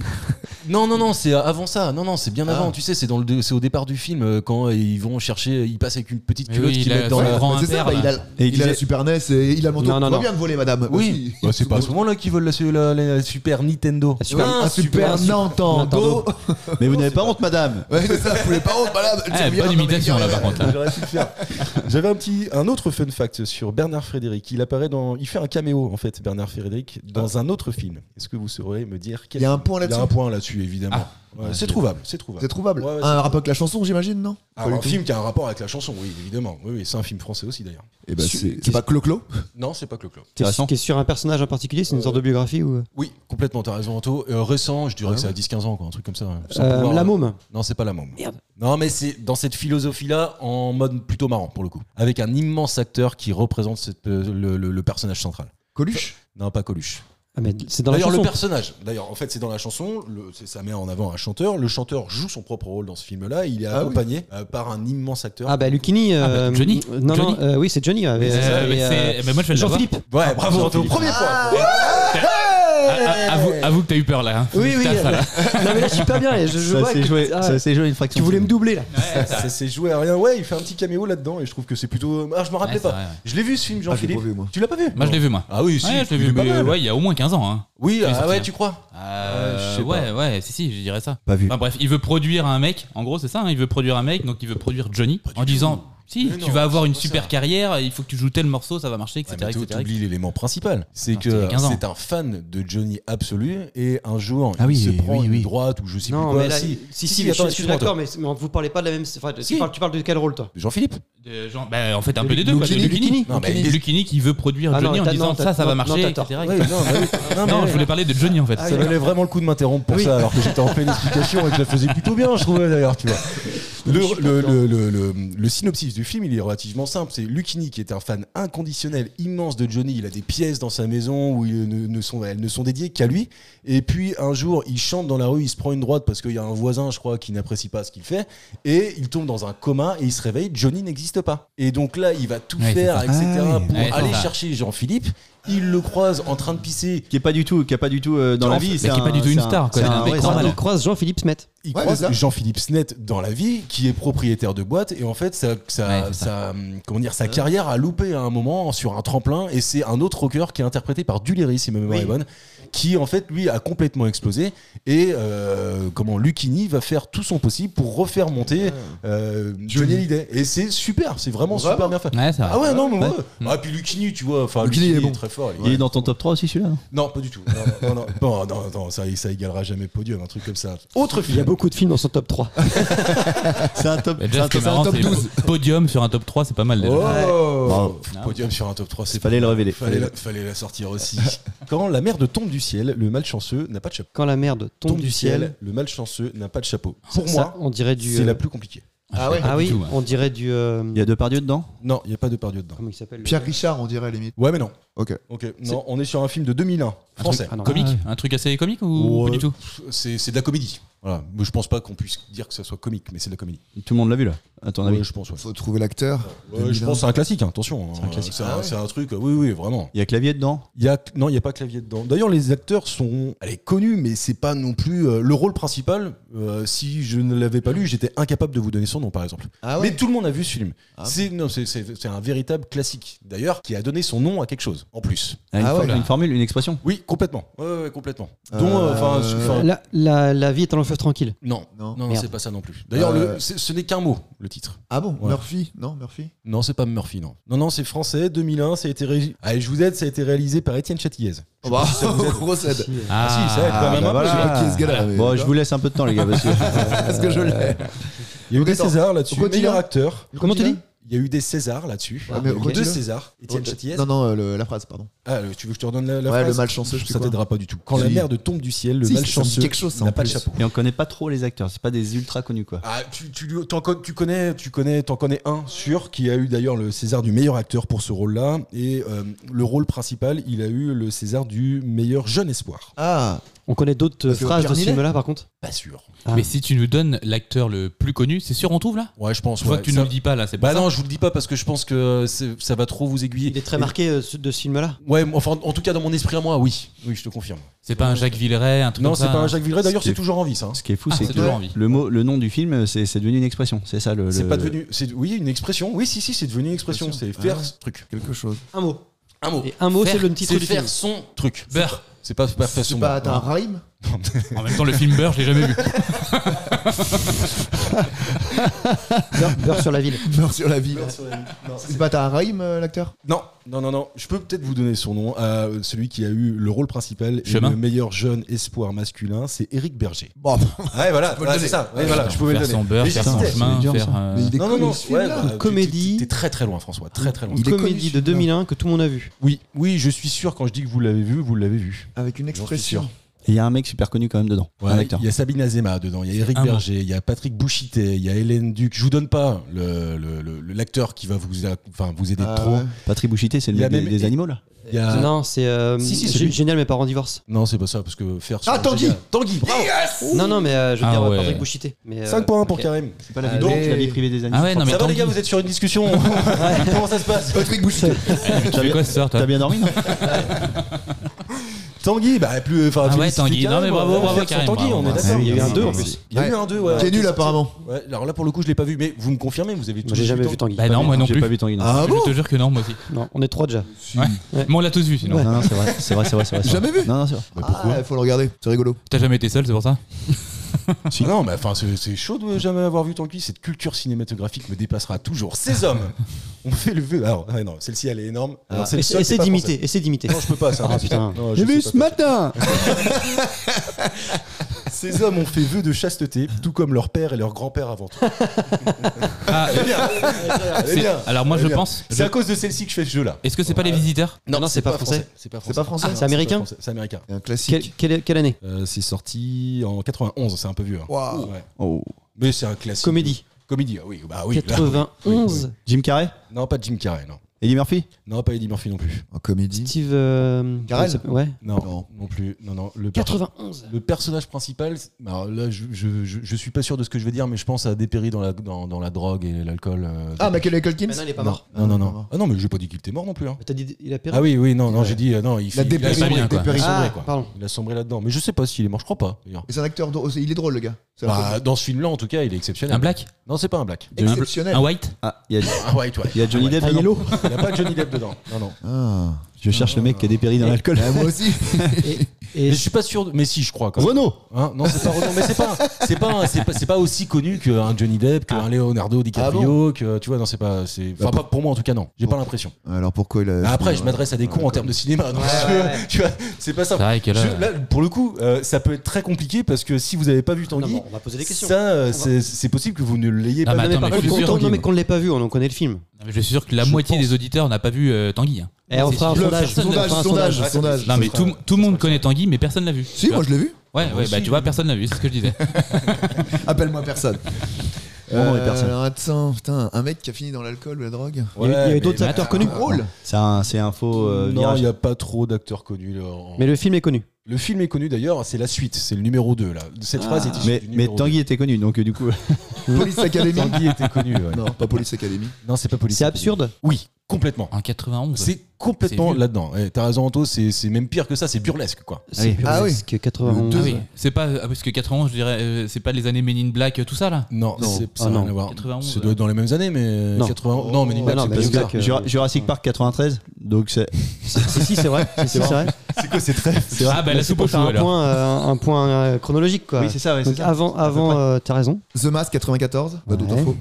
Non, non, non, c'est avant ça. Non, non, c'est bien Ah. avant. Tu sais, c'est dans le, dé- c'est au départ du film euh, quand euh, ils vont chercher, ils passent avec une petite Mais culotte oui, qu'ils il a- mettent dans ouais, la. grand- Bah, c'est impair, ça, bah, là. il a, Et il a il la est- Super NES et il a le manteau. Non, non, On va non. bien me voler, madame. Oui, Bah, Bah, c'est pas à ce moment-là qu'ils volent la, la- la- la Super Nintendo. Ah, La Super- Un E super Nintendo. Mais vous n'avez pas honte, madame Ouais, c'est ça, pour les parents, madame. Ah, bonne imitation là par contre. là. J'aurais pu le faire. J'avais un petit, un autre fun fact sur Bernard Frédéric. Il apparaît dans, il fait un caméo en fait, Bernard Frédéric, dans un autre film. Est-ce que vous saurez me dire quel Il y a un film point Il y a un là-dessus. Ah. point là-dessus, évidemment. Ouais, c'est trouvable, c'est trouvable. C'est trouvable. Ah, bah, Ouais, ouais, Un rapport avec la chanson, j'imagine, non Alors, un film qui a un rapport avec la chanson, oui, évidemment. Oui, oui, c'est un film français aussi d'ailleurs. Et bah, c'est c'est pas Clo-Clo Non, c'est pas que le club. T'es- Intéressant. Qui est sur un personnage en particulier, c'est une sorte de biographie ou. Oui, complètement, t'as raison, Anto. Euh, récent, je dirais Ah Ouais, que c'est à 10-15 ans, quoi, un truc comme ça. hein. Sans Euh, pouvoir- la môme. Non, c'est pas la môme. Non, mais c'est dans cette philosophie-là, en mode plutôt marrant pour le coup. Avec un immense acteur qui représente cette, euh, le- le- le personnage central. Coluche Non, pas Coluche. Ah, mais c'est dans la D'ailleurs, le chanson. personnage. D'ailleurs, en fait, c'est dans la chanson. le- c'est- ça met en avant un chanteur. Le chanteur joue son propre rôle dans ce film-là. Il est Ah oui. accompagné euh, par un immense acteur. Ah bah Lucini. euh, bah, Johnny. Non, non, Johnny. euh, oui, c'est Johnny. ouais, mais- Euh, et, mais euh, c'est- eh ben, Moi je vais l'avoir. Jean-Philippe. ouais, Ah, bravo, Anto. Jean-Philippe. Premier point. Ah, ah, Avoue avoue que t'as eu peur là. hein. Oui, oui. Putain, ça, euh, là. non, mais là, je suis pas bien. et Je, je Ça vois s'est que- joué, ah, ça s'est joué une fraction. tu voulais me doubler là. Ça s'est joué à rien. Ouais, il fait un petit caméo là-dedans et je trouve que c'est plutôt. Ah, je me rappelais Ouais, c'est pas. vrai, ouais. Je l'ai vu ce film, Jean-Philippe. Ah, pas vu, moi. tu l'as pas vu Moi je l'ai vu moi. Ah oui, si. Ouais, je l'ai il vu, est pas mais mal. ouais, il y a au moins 15 ans. hein. Oui, Il est ah sorti, ouais, hein. tu crois Euh, je sais ouais, ouais, si, si, je dirais ça. Pas vu. Enfin, bref, il veut produire un mec, en gros, c'est ça, hein, il veut produire un mec, donc il veut produire Johnny en disant Si, Mais tu non, vas avoir c'est une pas super ça. carrière, il faut que tu joues tel morceau, ça va marcher, etc. Ouais, mais etc., t'ou- T'oublies l'élément principal, c'est Ah, c'était que il y a 15 ans. c'est un fan de Johnny absolu et un jour Ah oui, il se oui, prend oui, une oui. droite ou je sais Non, plus quoi. mais là, si, si, si, je- je suis excuse-moi, d'accord, mais mais vous parlez pas de la même. enfin, tu Si. parles- Tu parles de quel rôle toi toi. Jean-Philippe. De genre- bah, en fait, un De peu des deux, quoi. de Lucchini. Lucchini. Non, mais- Lucchini. Lucchini qui veut produire Ah non, Johnny en t'as- disant non, t'as- Ça, ça va non, marcher, t'as etc. tort. Ouais, etc. non, bah oui. Non, mais Non, ouais. je voulais parler de Johnny en Ah, fait. Ça valait vraiment le coup de m'interrompre pour ça, alors que j'étais en pleine explication et que je la faisais plutôt bien, je trouvais d'ailleurs, tu vois. Le, le, le, le- le- le synopsis du film, il est relativement simple. C'est Lucini qui est un fan inconditionnel immense de Johnny. Il a des pièces dans sa maison où il ne, ne sont, elles ne sont dédiées qu'à lui. Et puis un jour, il chante dans la rue, il se prend une droite parce qu'il y a un voisin, je crois, qui n'apprécie pas ce qu'il fait. Et il tombe dans un coma et il se réveille. Johnny n'existe pas. Et donc là, il va tout Ouais, faire, c'est etc. Ah oui. pour Ouais, c'est aller ça. chercher Jean-Philippe. Il le croise en train de pisser. Qui est pas du tout, qui est pas du tout euh, dans Dans la la- vie. mais c'est qui est pas un- du tout une c'est un- star, quoi. c'est C'est un un mec vrai normal. salaud. Il croise Jean-Philippe Smet. Il Ouais, croise c'est ça. Jean-Philippe Snet dans la vie, qui est propriétaire de boîte, et en fait, ça, ça, Ouais, c'est ça. ça, hum, comment dire, sa carrière a loupé à un moment sur un tremplin, et c'est un autre rocker qui est interprété par Duléry, si ma mémoire est bonne, qui en fait, lui, a complètement explosé, et euh, comment Lucini va faire tout son possible pour refaire monter euh, Johnny Hallyday, et c'est super, c'est vraiment Ah. Vraiment super bien fait. Ouais, c'est vrai. Ah ouais, non, mais Ouais. ouais. Ah, puis Lucini, tu vois, enfin, Lucchini, Lucchini il est est, bon. très fort. Il est dans ton top 3 aussi celui-là Non, pas du tout. Non, non, non, non, non, non, ça, ça égalera jamais podium, un truc comme ça. Autre Il y a film. beaucoup de films dans son top 3. C'est un top Mais déjà, ce qui est marrant, c'est le podium sur un top 3, c'est pas mal déjà. Oh Ouais. Podium sur un top 3, c'est Fallait le révéler. Fallait la, fallait la sortir aussi. Quand la merde tombe du ciel, le malchanceux n'a pas de chapeau. Quand la merde tombe, du ciel, le malchanceux n'a pas de chapeau. Pour ça, moi, on dirait du. c'est euh, la plus compliquée. Ah ouais Ah oui, on dirait du. euh, Il y a deux perdus dedans Non, il n'y a pas de perdu dedans. Comment il s'appelle le- Pierre Richard, on dirait à la limite. Ouais, mais non. Ok. Ok, non, on est sur un film de 2001, français. Ah non. Comique Un truc assez comique ou Ouais. pas du tout C'est c'est de la comédie. Voilà. Mais Je pense pas qu'on puisse dire que ça soit comique, mais c'est de la comédie. Tout le monde l'a vu là, à ton Ouais, avis. je pense, ouais. Faut trouver l'acteur. Ouais, je pense que c'est un classique, hein, attention. hein. classique. C'est un, c'est un truc, euh, oui, oui, vraiment. Il y a clavier dedans Il Y a, non, il n'y a pas clavier dedans. D'ailleurs, les acteurs sont elle est connue, mais c'est pas non plus euh, le rôle principal. euh, si je ne l'avais pas lu, j'étais incapable de vous donner son nom, par exemple. Ah Mais tout le monde a vu ce film. c'est non, c'est- c'est- c'est un véritable classique, d'ailleurs, qui a donné son nom à quelque chose, en plus. Une, Ah ouais. formule, une formule, une expression Oui, complètement. Ouais, ouais, ouais, complètement. Euh, Dont, euh, enfin, euh, enfin, La, la, la vie est un long fleuve tranquille. non, Non. non, non, Merde. c'est pas ça non plus. D'ailleurs, le- Euh, c'est- ce n'est qu'un mot, le titre. Ah bon Ouais. Murphy Non, Murphy Non, c'est pas Murphy, non. Non, non, c'est français, 2001, ça a été régi- Allez, je vous aide, ça a été réalisé par Étienne Châtillaise. Bah, grosse aide. Ah, si, ça va être quand même hein. bah un peu. Je Euh, sais voilà. pas qui est ce gars-là. mais- Bon, je vous laisse un peu de temps les gars parce que. Est-ce que je l'ai Il y a eu Donc, des attends, Césars là-dessus. au quotidien- Meilleur acteur. Comment tu dis Il y a eu des Césars là-dessus. Ah, mais Il y a au eu quotidien- Deux Césars. Étienne Châtillès. Non, non, euh, le- la phrase, pardon. Ah, le- tu veux que je te redonne la, la Ouais, phrase le malchanceux, je sais Ça quoi. t'aidera pas du tout. Quand la Si. merde tombe du ciel, le Si, ça me dit malchanceux quelque chose, ça, n'a en pas de plus. chapeau. Et on connaît pas trop les acteurs, c'est pas des ultra connus quoi. Ah, tu, tu, lui- t'en con- tu connais, tu connais, t'en connais un sûr qui a eu d'ailleurs le César du meilleur acteur pour ce rôle-là et euh, le rôle principal, il a eu le César du meilleur jeune espoir. Ah, On connaît d'autres euh, Parce que phrases de Pierre ce Ninet film-là, par contre. Pas sûr. Ah. Mais si tu nous donnes l'acteur le plus connu, c'est sûr on trouve là Ouais, je pense. Je vois ouais, que tu ça- ne le dis pas là, c'est pas Bah ça non, je vous le dis pas parce que je pense que c'est- ça va trop vous aiguiller. Il est très Et- marqué euh, ce- de ce film-là. Ouais, enfin, en tout cas dans mon esprit à moi, oui. Oui, je te confirme. C'est pas un Jacques Villeray, un truc Non, comme c'est ça, pas un hein. Jacques Villeray. D'ailleurs, C'est- c'est toujours en vie, ça. hein. Ce qui est fou, Ah, c'est c'est que toujours en vie. le, mot, le nom du film, c'est c'est devenu une expression. C'est ça le. C'est le- pas devenu. C'est, oui, une expression. Oui, si, si, c'est devenu une expression. C'est Expression. faire Ah. ce truc. quelque chose. Un mot. Un mot. Et un mot, c'est Faire, le titre C'est du faire film. son truc. Beurre. C'est pas, pas faire C'est son. pas beurre. t'as un rhyme En même temps, le film Beurre, je l'ai jamais vu. Beurre, beurre sur la ville. Meurs sur la vie. Non, C'est pas t'as un rhyme, euh, l'acteur Non, non, non, non. Je peux peut-être vous donner son nom à celui qui a eu le rôle principal et Chemin. le meilleur jeune espoir masculin, c'est Eric Berger. Bon, Ouais, voilà, le donner. c'est ça. Ouais, voilà, je pouvais le faire donner. son beurre, Mais faire son j'hésitais. chemin, c'est dur, faire. ça. euh, mais il est Non, non, connu, non. ce Ouais, film-là. bah, tu- tu- comédie. T'es très très loin, François. Très très loin. Il est connu, Comédie ce de film-là. 2001 que tout le monde a vu. Oui, oui, je suis sûr quand je dis que vous l'avez vu, vous l'avez vu. Avec une expression. Il y a un mec super connu quand même dedans. Ouais, un il acteur. y a Sabine Azema dedans, il y a Eric un Berger, il y a Patrick Bouchité, il y a Hélène Duc. Je vous donne pas le- le- le- le- l'acteur qui va vous, a- enfin, vous aider Ah trop. ouais. Patrick Bouchité, c'est le Il y a mec des, même- des animaux là. Il y a- Non, Non, c'est euh, Si, si, c'est Gé- lui. génial, mes parents divorcent. c'est pas ça, parce que faire son Ah, Tanguy génial- Tanguy, bravo Non, non, mais euh, je veux Ah dire ouais. Patrick Bouchité. Mais, euh, 5 points pour ok. Karim. C'est pas la la vie- vie, Donc- la vie privée des animaux. Ah ouais, non, mais ça va les gars, Tanguy. vous êtes sur une discussion Comment ça se passe Patrick Bouchité. Tu fais quoi ce soir, toi T'as bien dormi non Tanguy, bah plus... enfin, Ah ouais, féliciter Tanguy. Karim, Non, mais bravo, voilà, bravo, faire son Karim, Tanguy, bravo. on est d'accord. Ah oui, Il y a eu un oui, 2 en oui. plus. Il y a eu un 2, ouais. Qui est nul apparemment. Ouais, alors là pour le coup je l'ai pas vu, mais vous me confirmez, vous avez tous J'ai vu jamais Tanguy vu Tanguy. Bah non, moi non J'ai plus. pas vu Tanguy. Non, Ah je bon te jure que non, moi aussi. Non, on est trois déjà. Mais on l'a tous vu sinon. non, non, c'est vrai, c'est vrai, c'est vrai, c'est vrai. Jamais vu Non, non, c'est vrai. Ah, il faut le regarder, c'est rigolo. T'as jamais été seul, c'est pour ça Ah Non, mais enfin, c'est c'est chaud de jamais avoir vu Tanguy. Cette culture cinématographique me dépassera toujours. Ces hommes ont fait le vœu. Alors, ouais, non, celle-ci, elle est énorme. Alors, c'est le seul qui Essaye essaye est pas d'imiter, essaye d'imiter. français. Non, je peux pas, ça. Ah, putain. Non, je J'ai sais vu pas ce matin faire. Ces hommes ont fait vœu de chasteté, tout comme leur père et leur grand-père avant tout. Ah, C'est bien. C'est c'est- bien. Alors moi Elle est je bien. pense. C'est à cause de celle-ci que je fais ce jeu-là. Est-ce que c'est pas les visiteurs Non, non, c'est pas français. C'est pas C'est pas français C'est américain français, C'est américain. C'est un classique. Quelle- Quelle quelle année Euh, c'est sorti en 91, c'est un peu vieux. hein. Waouh. Ouais. Oh. Mais c'est un classique. Comédie. Comédie, ah oui, bah oui. là. 91. Jim Carrey Non, pas Jim Carrey, non. Eddie Murphy Non, pas Eddie Murphy non plus. En comédie. Steve. euh, Carell comment il s'appelle Ouais. Non, non, Non. plus. Non, non. Le perso- 91. Le personnage principal, c'est- alors là, je, je, je- je suis pas sûr de ce que je vais dire, mais je pense à dépéri dans la, dans, dans la drogue et l'alcool. euh, Ah, Michael Culkin Mais non, il est pas non, mort. non, non, Ah, non. Ah non, mais j'ai pas dit qu'il était mort non plus. hein. T'as dit il a perdu Ah oui, oui, non, non, j'ai dit euh, non, il, Il a il dépéri, sombré, il a quoi. dépéri. Il a sombré, Ah, quoi. pardon. Il a sombré là-dedans, mais je sais pas s'il est mort, je crois pas. d'ailleurs. Et C'est un acteur. drôle, Il est drôle, le gars. C'est un Bah, dans ce film-là, en tout cas, il est exceptionnel. Un black Non, c'est pas un black. peu Exceptionnel. Un white Ah, il y a, Ah ouais, toi. il y a Johnny Depp. Ah, dedans. non. Il n'y a pas Johnny Depp dedans. Non, non. Ah. Je cherche le mec qui a dépéri dans l'alcool. Ah, moi aussi. Et Mais je suis pas sûr. de- Mais si, je crois. Quand même. Renaud Hein non, c'est pas Renaud, mais c'est pas, c'est pas, un- c'est pas, c'est pas aussi connu qu'un Johnny Depp, qu'un Leonardo DiCaprio, que tu vois, non, c'est pas, c'est, enfin pas Ah Bah, pour Bah, moi en tout cas, non, j'ai pas l'impression. Alors pourquoi il a. Après, je m'adresse à des cons en termes de cinéma, donc si tu veux, tu vois, c'est pas ça. C'est vrai que là- Je- là, pour le coup, euh, ça peut être très compliqué parce que si vous avez pas vu Non, Tanguy, bon, on va poser des questions. ça, euh, c'est, c'est possible que vous ne l'ayez Ah, pas. mais vu. attends, mais Par je contre, suis sûr on- non, mais qu'il- qu'on ne l'ait pas vu, on on connaît le film. Non, mais je suis sûr que la Je moitié pense. des auditeurs n'a pas vu euh, Tanguy. hein. Eh, on C'est fera un sûr. sondage. Personne on fera Sondage, un sondage, sondage. Non, mais tout, tout le monde connaît Tanguy, mais personne l'a vu. Si, moi je l'ai vu. Ouais, ouais, bah tu vois, personne l'a vu, c'est ce que je disais. Appelle-moi personne. Euh, Bon, et personne. alors, attends, putain, un mec qui a fini dans l'alcool ou la drogue. Il y a- il y a eu d'autres mais- acteurs connus. Drôle. Ah, C'est un, c'est un faux euh, non, virage. il n'y a pas trop d'acteurs connus. là, en- Mais le film est connu. Le film est connu d'ailleurs, c'est la suite, c'est le numéro 2 là. Cette phrase est issue Mais, du mais numéro Tanguy était connu, donc euh, du coup. Police Academy. 2. Tanguy était connu. ouais. Non, pas Police Academy. non, c'est pas politique. C'est absurde. Oui, complètement. En 91. C'est complètement vieux. là-dedans. Eh, T'as raison, Anto, c'est c'est même pire que ça, c'est burlesque, quoi. C'est Ah oui. burlesque, 91. Ah oui, c'est pas. ah, Parce que 91, je dirais, euh, c'est pas les années Men in Black, euh, tout ça là Non, Non. c'est ça Ah n'a non. rien à voir. 91, Ça doit être dans les mêmes années, mais. Non. 80... non, mais Ah Nibak, non, c'est mais pas Nibak, bizarre. euh, Jura- Jurassic Park 93, donc c'est. Si, si, c'est vrai. Si, si, c'est vrai. C'est quoi ces traits Ah, bah la soupe Pour aux faire choux un alors. point, euh, un point euh, chronologique, quoi. Oui, c'est ça, ouais, c'est Donc ça. avant, avant euh, t'as raison. The Mask 94. Bah, d'autant Ouais. faux.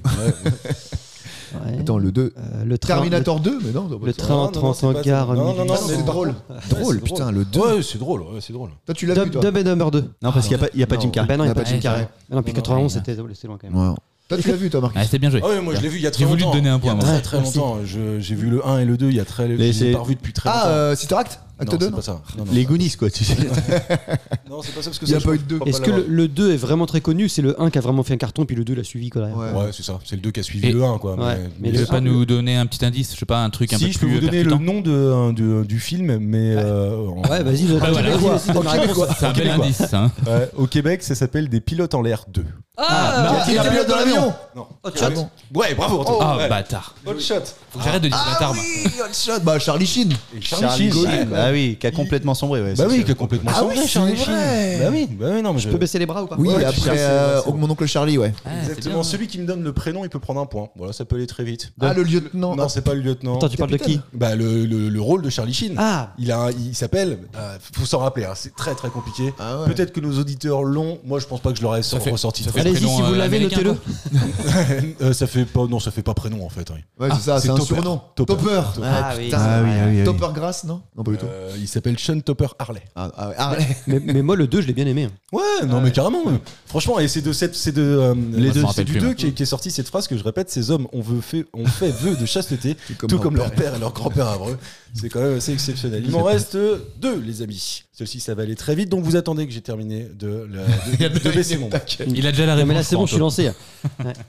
Ouais. Attends, le 2. Euh, le train, Terminator 2, mais non. bah, le train Ah, Non, non, en non, 30 en c'est pas- gare. non, non, midi. non, c'est c'est drôle. Drôle, c'est putain, le 2. Ouais, c'est drôle, ouais, c'est drôle. Toi, tu l'as vu, Dub, toi Dub and Number 2. Non, parce qu'il n'y a, pas- il y a pas Jim Carrey. Ben non, il n'y a Non, pas pas Jim Jim Carrey. Non, puis Non, non, 91, ouais. c'était c'était loin quand même. Ouais. Toi, tu l'as vu, toi, Marc. Ah, c'était bien joué. Ah ouais, moi je l'ai vu il y a très J'ai voulu longtemps. te donner un point, Il y a moi. très très longtemps. Je- J'ai vu le 1 et le 2 il y a très longtemps. Mais Je l'ai c'est- pas revu depuis très longtemps. Ah, euh, Sidoract Acte non, 2 c'est non pas ça. Non, non, Les c'est pas- Goonies, quoi, tu sais. Non, c'est pas ça parce que Il y ça, a je pas eu crois de deux. pas Est-ce que l'avoir le, le 2 est vraiment très connu C'est le 1 qui a vraiment fait un carton, puis le 2 l'a suivi. Quoi, derrière. Ouais. Ouais, c'est ça. C'est le 2 qui a suivi Et- le 1, quoi. Ouais. mais- Mais Tu le- veux pas ah, nous donner un petit indice, je sais pas, un truc un peu Si, plus. je peux vous donner le percutant nom de, de- du film, mais. euh, en- Ouais, vas-y, vas-y, Ah, voilà. vas-y, vas-y, donne la réponse. C'est un bel Québécois. indice, ça, hein. Ouais, au Québec, ça s'appelle Des pilotes en l'air 2. Ah, il a pilote dans l'avion Non. shot. Ah bon. Ouais, bravo. Antoine. Ah, Ouais. bâtard. Hot shot. Faut que j'arrête de dire bâtard. moi. Oui, hot shot Bah, Charlie Sheen Et Charlie Sheen. Goodin, Bah oui, qui a complètement sombré, ouais. Bah c'est oui, sûr. qui a complètement Ah oui, sombré, c'est Charlie Sheen. vrai. Bah oui, bah oui, non, mais je Tu peux baisser les bras ou pas Oui, Ouais, Charlie après Sheen, euh, c'est vrai. Mon oncle Charlie, ouais. Ah, c'est Exactement. bien. Celui qui me donne le prénom, il peut prendre un point. Voilà, ça peut aller très vite. Ah, le lieutenant. Non, c'est pas le lieutenant. Attends, tu parles de qui Capitaine. Bah, le, le- le rôle de Charlie Sheen. Ah Il, a, un- il s'appelle, euh, faut s'en rappeler, hein, c'est très très compliqué. Ah ouais. Peut-être que nos auditeurs l'ont, moi je pense pas que je l'aurais fait- ressorti. ça fait- Allez-y, prénom, si vous euh, l'avez, américain, notez-le. Euh, ça fait pas, non, ça fait pas prénom en fait. oui. Ouais, c'est ça, c'est c'est un Topper. surnom. Topper. Topper Ah oui. Putain. oui, ah oui, ah oui. Topper Grass, non Non, pas du tout. Euh, il s'appelle Sean Topper Harley. Ah, ah ouais, Harley. Mais, mais moi, le 2, je l'ai bien aimé. hein. Ouais, non, mais carrément. euh, Franchement, et c'est de cette, c'est de, euh, Les deux, c'est je du m'en rappelle plus, 2 qui, est- qui est sorti cette phrase que je répète ces hommes ont, veut- fait, ont fait vœu de chasteté, tout comme comme, leur leur père. père et leur grand-père amoureux. C'est quand même assez exceptionnel. Il m'en reste euh, deux, les amis. Celle-ci, ça va aller très vite, donc vous attendez que j'ai terminé de, la- de- de baisser mon bras. Il a déjà la réponse. Ah, mais là, c'est bon, je suis lancé.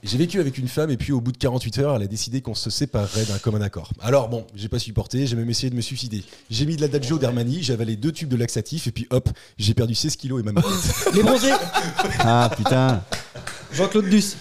J'ai vécu avec une femme et puis au bout de 48 heures, elle a décidé qu'on se séparerait d'un commun accord. Alors bon, j'ai pas supporté, j'ai même essayé de me suicider. J'ai mis de la Dajo d'Armani, j'ai avalé deux tubes de laxatif et puis hop, j'ai perdu 16 kilos et ma tête. Les bronzés Ah putain. Jean-Claude Duss.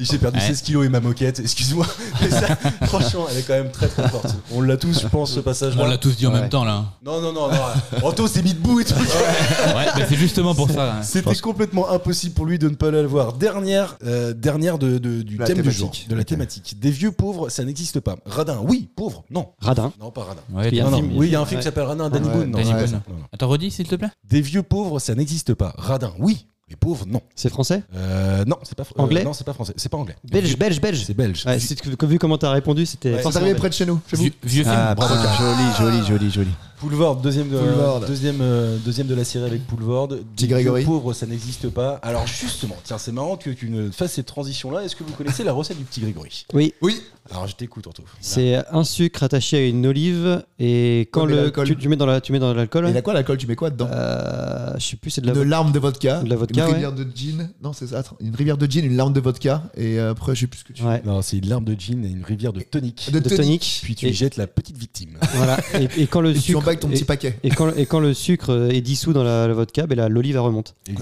J'ai perdu Ouais. 16 kilos et ma moquette, excuse-moi. Mais ça, franchement, elle est quand même très très forte. On l'a tous, je pense, ce On passage-là. l'a tous dit en Ouais. même temps là. Non, non, non, non. Anto s'est mis debout et tout. Ouais, bah, c'est justement pour ça. hein. C'était complètement impossible pour lui de ne pas la voir. Dernière, euh, dernière de, de- du La thème du jour, thématique. de la Ok. thématique. Des vieux pauvres, ça n'existe pas. Radin, oui, pauvre, non. Radin. Non, pas Radin. Ouais, Il y a Non, un non, film, oui, il y a un film ouais. qui s'appelle Radin, Danny Ouais, Boone. non, Danny ouais, Boone. ça, non, non. Attends, redis s'il te plaît. Des vieux pauvres, ça n'existe pas. Radin, oui, mais pauvre, non. C'est français Euh, non, c'est pas fr- euh, Anglais Non, c'est pas français. C'est pas anglais. Belge, belge, belge. C'est belge. Ouais, c'est que- vu comment t'as répondu, c'était Ouais. C'est forcément arrivé belge. près de chez nous, chez vous. Vieux vieux film. Ah, putain, joli, joli, joli, joli. Poulvord, deuxième de, Poulvord. Deuxième, euh, deuxième de la série avec Poulvord. Des Grégory. vieux pauvres, ça n'existe pas. Alors justement, tiens, c'est marrant que tu ne fasses cette transition-là. Est-ce que vous connaissez la recette du petit Grégory Oui, Oui, Alors je t'écoute, Anto. c'est un sucre attaché à une olive et quand Comme le l'alcool. tu, tu mets dans la tu mets dans il l'alcool, a quoi l'alcool Tu mets quoi dedans euh, je sais plus c'est de la De l'arme de vodka. De la vodka, une vodka, ouais. rivière de gin. Non, c'est ça. attends, une rivière de gin, une larme de vodka. Et euh, après, je sais plus ce que tu. Ouais. Non, c'est une larme de gin et une rivière de tonic. De De tonic. tonic. Puis tu et, y jettes la petite victime. voilà. Et, et quand le Et tu sucre embagues ton et- petit paquet. et quand, et quand le sucre euh, est dissous dans la, la vodka, ben la- l'olive elle remonte. Ouais.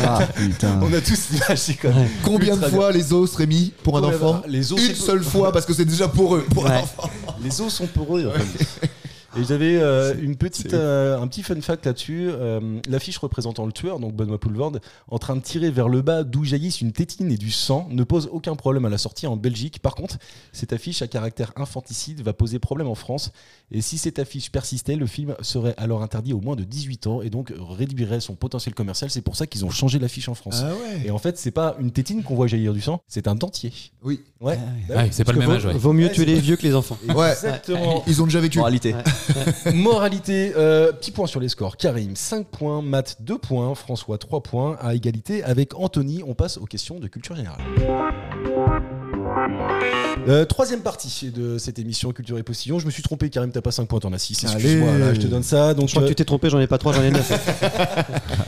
Ah, putain. On a tous lâché quand même. Combien de Ultra fois les os seraient mis pour un Combien- enfant les os, c'est- Une seule fois parce que c'est déjà pour eux. Pour un Ouais. enfant. Les os sont poreux. en fait. Et j'avais euh, une petite, euh, un petit fun fact là-dessus. Euh, L'affiche représentant le tueur, donc Benoît Poulvord, en train de tirer vers le bas d'où jaillissent une tétine et du sang, ne pose aucun problème à la sortie en Belgique. Par contre, cette affiche à caractère infanticide va poser problème en France. Et si cette affiche persistait, le film serait alors interdit au moins de 18 ans et donc réduirait son potentiel commercial. C'est pour ça qu'ils ont changé l'affiche en France. Ah ouais. Et en fait, c'est pas une tétine qu'on voit jaillir du sang, c'est un dentier. Oui. Ah Ouais. Ouais, c'est pas le même vaut, âge, ouais. vaut mieux Ouais, tuer c'est les pas- vieux que les enfants. Ouais. Exactement. Ils ont déjà vécu. Moralité. Moralité, euh, petit point sur les scores. Karim 5 points, Matt 2 points, François 3 points. À égalité avec Anthony, on passe aux questions de culture générale. Euh, troisième partie de cette émission Culture et Postillon. Je me suis trompé, Karim, t'as pas 5 points, t'en as 6. Excuse-moi, Allez. là, je te donne ça. Donc, Je crois euh, que tu t'es trompé, j'en ai pas trois, j'en ai neuf.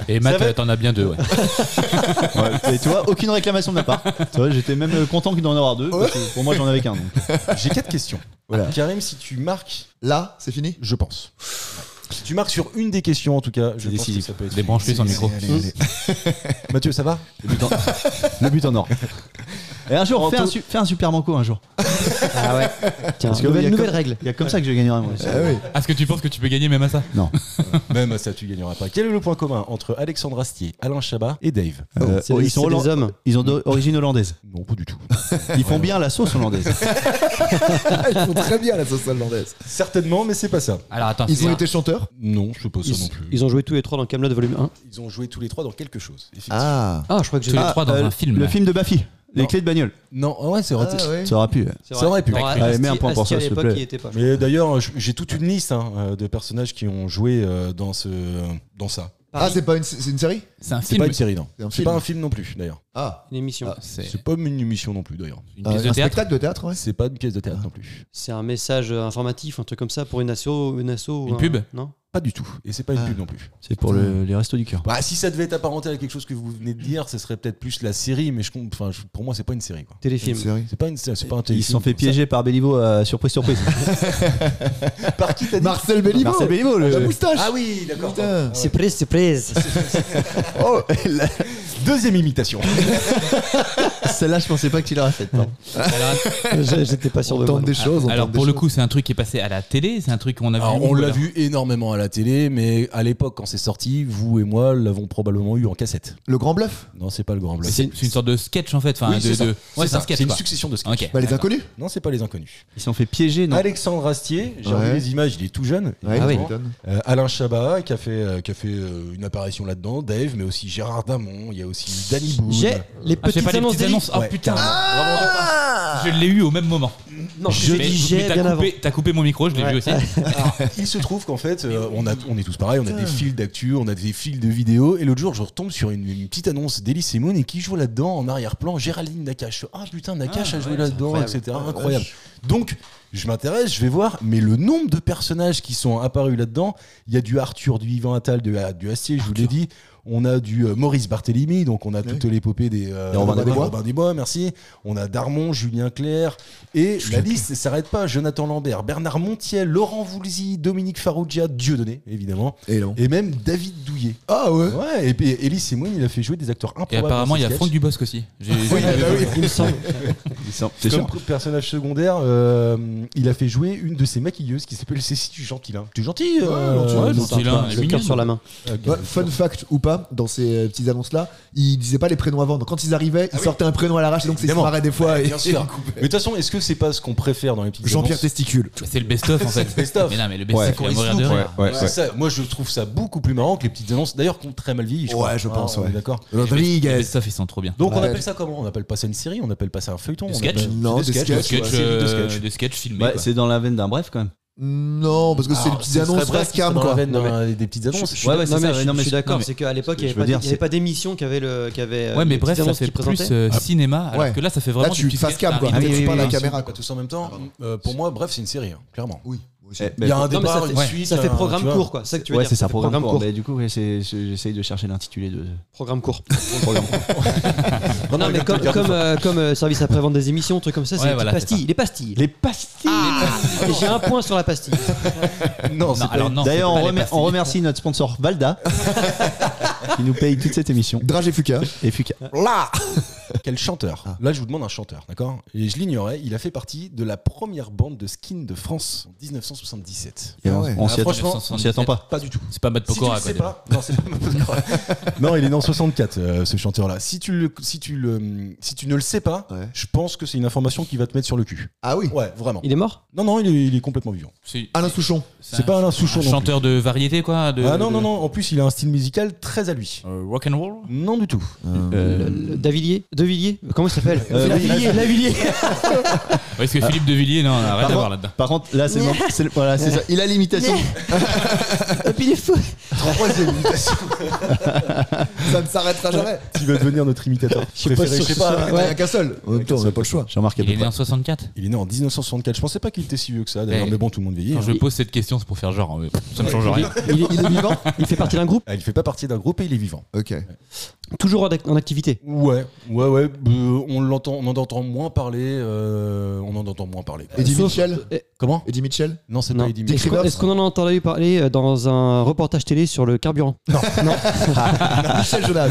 Et Ça Matt, va- euh, t'en as bien deux, ouais. Ouais, et tu vois, aucune réclamation de ma part. Tu vois, j'étais même euh, content qu'il en avoir deux. parce que pour moi, j'en avais qu'un. donc. euh, j'ai 4 questions. Voilà. Karim, si tu marques, Là, c'est fini je pense. Si tu marques sur une des questions, en tout cas, je pense que ça peut être. Débranche-lui son micro. Mathieu, ça va Le but en, le but en or. Et un jour, fais un, su- fais un super manco un jour. ah ouais. Tiens, Parce que nouvelle, il y a nouvelle comme- règle. Il y a comme ça que je gagnerai, moi. Ah oui. Est-ce que tu penses que tu peux gagner même à ça Même à ça, tu gagneras pas. Quel est le point commun entre Alexandre Astier, Alain Chabat et Dave Euh, C'est oh, des- ils sont c'est des hollandais. hommes. Ils ont d'origine hollandaise. Non, pas du tout. Ils font bien la sauce hollandaise. Ils font très bien la sauce hollandaise. Ah. Certainement, mais c'est pas ça. Alors attends, Ils c'est ont un- été chanteurs Non, je sais pas ça Ils, non plus. ils ont joué tous les trois dans Camelot volume 1. Ils ont joué tous les trois dans quelque chose. effectivement. Ah. Ah, je crois que j'ai tous les trois dans euh, un film. Le film de Baffy. Les Non. clés de bagnole. Non, ah ouais, c'est raté. ouais. Ça aurait pu. hein. C'est Ça aurait pu. Non, Allez, Asti- mets un point pour Asti, ça, à s'il te l'époque, plaît. il était pas, je Mais d'ailleurs, je- j'ai toute une liste hein, euh, de personnages qui ont joué euh, dans ce, dans ça. Ah, c'est pas une, c'est une série C'est un C'est pas film. une série, non. C'est un C'est film. pas un film non plus, d'ailleurs. Ah. crois. une émission. C'est C'est pas une émission non plus, d'ailleurs. une Euh, pièce de un théâtre. spectacle de théâtre, ouais. C'est pas une pièce de théâtre non plus. C'est un message euh, informatif, un truc comme ça pour une asso, une asso. ou Une un- pub Non. Pas du tout. Et c'est pas une Ah. pub non plus. C'est pour le- les restos du cœur. Bah, si ça devait être apparenté à quelque chose que vous venez de dire, ce serait peut-être plus la série, mais je, com- enfin, je- pour moi, c'est pas une série. quoi. Une Téléfilm. série. C'est pas une, sé- c'est pas un Ils téléfilm. se sont fait piéger par Béliveau à surprise, surprise. Par qui t'as dit Marcel Béliveau. Marcel Béliveau, La le. moustache. Ah oui, d'accord. Putain. C'est prise, c'est prise. Oh, la- Deuxième imitation. Celle-là, je pensais pas que tu l'aurais faite. non. Alors, J'étais pas sûr On de moi. tente des choses. on alors, tente pour des le choses. coup, c'est un truc qui est passé à la télé, c'est un truc qu'on a vu. Alors, où, on l'a alors vu énormément à la télé, mais à l'époque, quand c'est sorti, vous et moi l'avons probablement eu en cassette. Le grand bluff Non, c'est pas le grand Mais bluff. C'est c'est une sorte de sketch en fait. Enfin, Oui, de- c'est ça. de- Ouais, c'est ça, un sketch. c'est une quoi. succession de sketchs. Ok. Bah, les inconnus Non, c'est pas les inconnus. Ils se sont fait piéger, non Alexandre Astier, j'ai Ouais. revu les images, il est tout jeune. Ah évidemment. Euh, Alain Chabat, qui a fait, euh, qui a fait euh, une apparition là-dedans. Dave, mais aussi Gérard Damon, il y a aussi Danny Boone. J'ai les Ah, j'ai petites pas les annonces petites d'élite. annonces. Oh Ouais, putain. carrément. Je l'ai eu au même moment. Non, je Mais- dis j'ai mais t'as bien avant. coupé- T'as coupé mon micro, je l'ai Ouais. vu aussi. Il se trouve qu'en fait, euh, on, a, on est tous pareils, on a des fils d'actu, on a des fils de vidéos, et l'autre jour, je retombe sur une, une petite annonce d'Elie Semoun et qui joue là-dedans en arrière-plan Géraldine Nakache. Ah putain, Nakache a joué là-dedans, etc. Incroyable. Donc, je m'intéresse, je vais voir, mais le nombre de personnages qui sont apparus là-dedans, il y a du Arthur, du Yvan Attal, du, du Astier, je vous l'ai dit. On a du euh, Maurice Barthélémy, donc on a toute l'épopée des euh, Et Robin des Bois. Robin des Bois, merci. On a Darmon, Julien Clerc, et la liste ne s'arrête pas. Jonathan Lambert, Bernard Montiel, Laurent Voulzy, Dominique Farrugia, Dieudonné, évidemment, Et non. et même David Douillet. Ah ouais. Ouais, et puis Elie Semoun, il a fait jouer des acteurs improbables. Et apparemment, dans il y ce a sketch. Franck Dubosc aussi. J'ai- j'ai- Il me semble. Ils sont- T'es Comme sûr personnage secondaire, euh, il a fait jouer une de ses maquilleuses qui s'appelle Cécile Gentilin. Tu es gentil euh, gentil, ouais, gentil. gentil. Il a un- Le cœur sur la main. Ok. Ouais, Bah, fun fact ou pas, dans ces euh, petites annonces là, ils disaient pas les prénoms avant. Donc quand ils arrivaient, ils sortaient un prénom à l'arrache, donc c'est Évidemment. marraient des fois. et- Bien sûr. Mais de toute façon, est-ce que c'est pas ce qu'on préfère dans les petites Jean-Pierre annonces Testicule. C'est le best-of en fait. best-of. Mais non, mais le best-of, Quand il va ils mourir se de loupent, rire. Ouais, c'est ça. Moi, je trouve ça beaucoup plus marrant que les petites annonces. D'ailleurs, qu'on très mal vieilli. Je Ouais, crois. je pense, Ah, on est ouais. D'accord. Euh, Les Rodriguez. best-of, ils sont trop bien. Donc on Ouais. appelle ça comment On appelle pas ça une série, on appelle pas ça un feuilleton. Des on sketchs appelle- Non, des Des sketchs, ouais. sketchs, Série de euh, sketchs. des sketchs filmés. Ouais, quoi. c'est dans la veine d'un bref quand même. Non, parce que c'est les Alors, petites ce serait annonces bref presque qu'ils soient cam, dans la quoi. veine, euh, des petites annonces. Ouais, ouais, non, c'est mais ça. je, ouais, non, je mais suis d'accord, mais- c'est qu'à l'époque, il n'y je avait, veux pas- dire, il y c'est- avait pas d'émission qui avait le. Qui avait euh, Ouais, mais les bref, petites ça annonces fait qui plus présentaient. euh, cinéma. Alors Ouais. que là, ça fait Là, vraiment tu du petit fasses sketch, cam, quoi. t'as un Ah, rythme. oui, oui, Pas oui, la oui. caméra. Pas tous en même temps. Euh, pour moi, bref, c'est une série, hein, clairement. Oui. oui. Eh, Il y a ben, un Non, mais départ, ça fait, une suite, ça fait un- tu programme vois. court, quoi. C'est ça que tu veux ouais, dire. c'est ça, fait programme, court. Mais du coup, ouais, c'est- c'est- j'essaye de chercher l'intitulé de. Programme court. Programme court. Non, mais comme, comme, euh, comme euh, service après-vente des émissions, trucs comme ça, c'est Ouais, les voilà, pastilles. c'est Les pastilles. Les pastilles Ah, Et J'ai un point sur la pastille. Non, c'est Non, alors non, D'ailleurs, c'est on, pas les remer- pastilles. on remercie notre sponsor Valda qui nous paye toute cette émission. Drage et Fuka. Et Fuka. Quel chanteur Ah. Là, je vous demande un chanteur, d'accord Et je l'ignorais, il a fait partie de la première bande de skins de France en 1977. Et Ah on- ouais. on s'y attend- franchement, on s'y attend pas. Pas du tout. C'est pas Matt Si tu le Pokora, sais quoi. pas, non, c'est pas Matt Pokora. non, il est né en 64, euh, ce chanteur-là. Si tu le, si tu le, si tu ne le sais pas, Ouais. je pense que c'est une information qui va te mettre sur le cul. Ah oui. Ouais, vraiment. Il est mort Non, non, il est, il est complètement vivant. C'est Alain Souchon. C'est pas Alain Souchon. non plus. chanteur de variété, quoi. De, Ah non, de- non, non. En plus, il a un style musical très à lui. Euh, rock and roll Non du tout. Le- le- Davillier Devilliers Comment il s'appelle Euh, Lavillier, Lavillier. Ouais, Est-ce que Philippe de Villiers, non, arrête Par d'avoir contre, là-dedans. par contre, là, c'est le moment- c'est le- voilà, c'est ça. Il a l'imitation. Et puis il est fou. Troisième imitation. Ça ne s'arrêtera jamais. Il va devenir notre imitateur. préféré, je sais pas. Il n'y en a qu'un seul. En même temps, on n'a pas le choix. J'ai remarqué à Il peu est né près. en 64. Il est né en 1964. Je pensais pas qu'il était si vieux que ça. D'ailleurs, Ouais. mais bon, tout le monde vieillit. Quand hein. je pose cette question, c'est pour faire genre, euh, ça ne change rien. Il est, il est vivant Il fait partie d'un groupe Ah, Il fait pas partie d'un groupe et il est vivant. Ok. Toujours en, ac- en activité. Ouais, ouais, ouais. euh, on l'entend, on en entend moins parler. euh, on en entend moins parler. Eddie Sauf- Mitchell. Eh, Comment Eddie Mitchell. Non, c'est non. pas Eddie Mitchell. Est-ce qu'on- Est-ce qu'on en a entendu parler euh, dans un reportage télé sur le carburant Michel Jonas.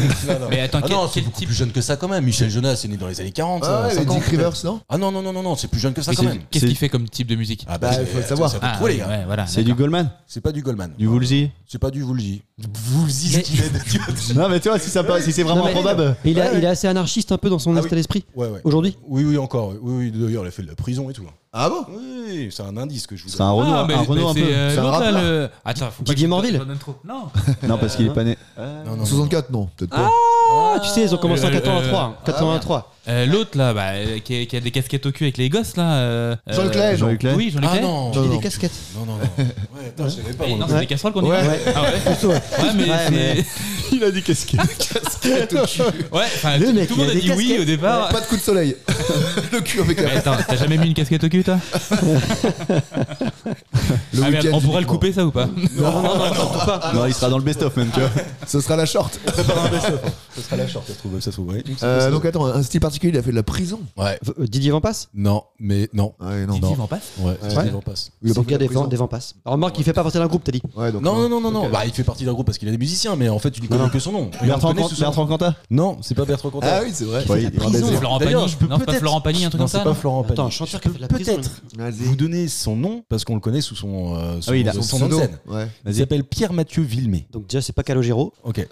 Mais attends, Ah quel, non, c'est quel beaucoup type plus jeune que ça quand même. Michel Jonas, c'est né dans les années 40. Ah euh, ouais, 50. Dick Rivers, non Ah non, non, non, non, non, c'est plus jeune que ça mais quand c'est- même. Qu'est-ce C'est- qu'il fait comme type de musique Ah Bah, il faut c'est- le savoir. Ça, Ah, trouver, les gars. ouais, voilà, C'est du d'accord. Goldman C'est pas du Goldman. Ah Du Woolsey C'est pas du Woolsey. Woolsey, Mais- ce qu'il est de- Non, mais tu vois, si, ça peut- si c'est vraiment Non, mais- improbable. Et il, a- il est assez anarchiste un peu dans son Ah oui. état d'esprit Ouais, ouais. aujourd'hui Oui, oui, encore. Oui, oui. D'ailleurs, il a fait de la prison et tout. hein. Ah bon Oui, c'est un indice que je vous. C'est un Renault, Ah, un Renault un c'est, peu. euh, C'est un l'autre, là, rappeur. le- Attends, faut pas Didier que- Morville. j'en donne trop. Non. Non, parce qu'il est pas né. donne. Non, non, non. 64, non. Peut-être pas. Ah, tu sais, ils ont commencé en Euh, 83. hein. euh, 83. Euh, L'autre là, bah, euh, qui, a, qui a des casquettes au cul avec les gosses là. euh, euh, Jean-Luc Clay, Jean-Luc Lay. Oui, Jean-Luc Ah Clay. non. Il non, a non. des casquettes. Non, non, non. Ouais, attends, je savais pas. Eh, moi. non, c'est Ouais. des casseroles qu'on dit. Ah ouais. Ouais, mais Ouais, mais- c'est- Il a dit qu'est-ce qu'il. Ah, Ouais, enfin, Le tout mec, tout il le monde a a des dit oui casquettes. au départ. Pas de coup de soleil. le cul avec Mais la attends, t'as jamais mis une casquette au cul toi Le Ah merde, week-end, on pourrait le uniquement. couper ça ou pas Non, non, non, surtout pas. Non, il sera dans le best-of même, tu vois. Ce sera la short. Ce sera la short, ça se trouve. Ça se trouve. ouais. Euh, donc attends, un style particulier, il a fait de la prison. Ouais. V- euh, Didier Vampas Non, mais non. Ah Ouais, non. Didier Van Passe Ouais, Ouais. Steve en passe. Il a C'est pas le fait gars de des la prison. Van- des Vampas. Alors, Remarque, il fait pas partie d'un groupe, t'as dit Ouais, donc, Non, euh, non, non, non, non. ok. Bah, il fait partie d'un groupe parce qu'il a des musiciens, mais en fait, tu ne connais que son nom. Et on Bertrand, connaît Can- sous son- Bertrand Cantat Non, c'est pas Bertrand Cantat. Ah oui, c'est vrai. Ouais, Il il- a C'est baisé. Florent D'ailleurs, Pagny je peux Non, c'est pas peut-être- Florent Pagny, un truc Non, comme c'est ça pas non Florent Pagny. Attends, un chanteur Je qui peux a fait de la prison, Peut-être Vas-y. vous donner son nom parce qu'on le connaît sous son, euh, Ah son, oui, il a son, Son nom de pseudo. scène. Ouais. Il s'appelle Pierre Mathieu Villemé. Donc, déjà, c'est pas Calogero. Ok.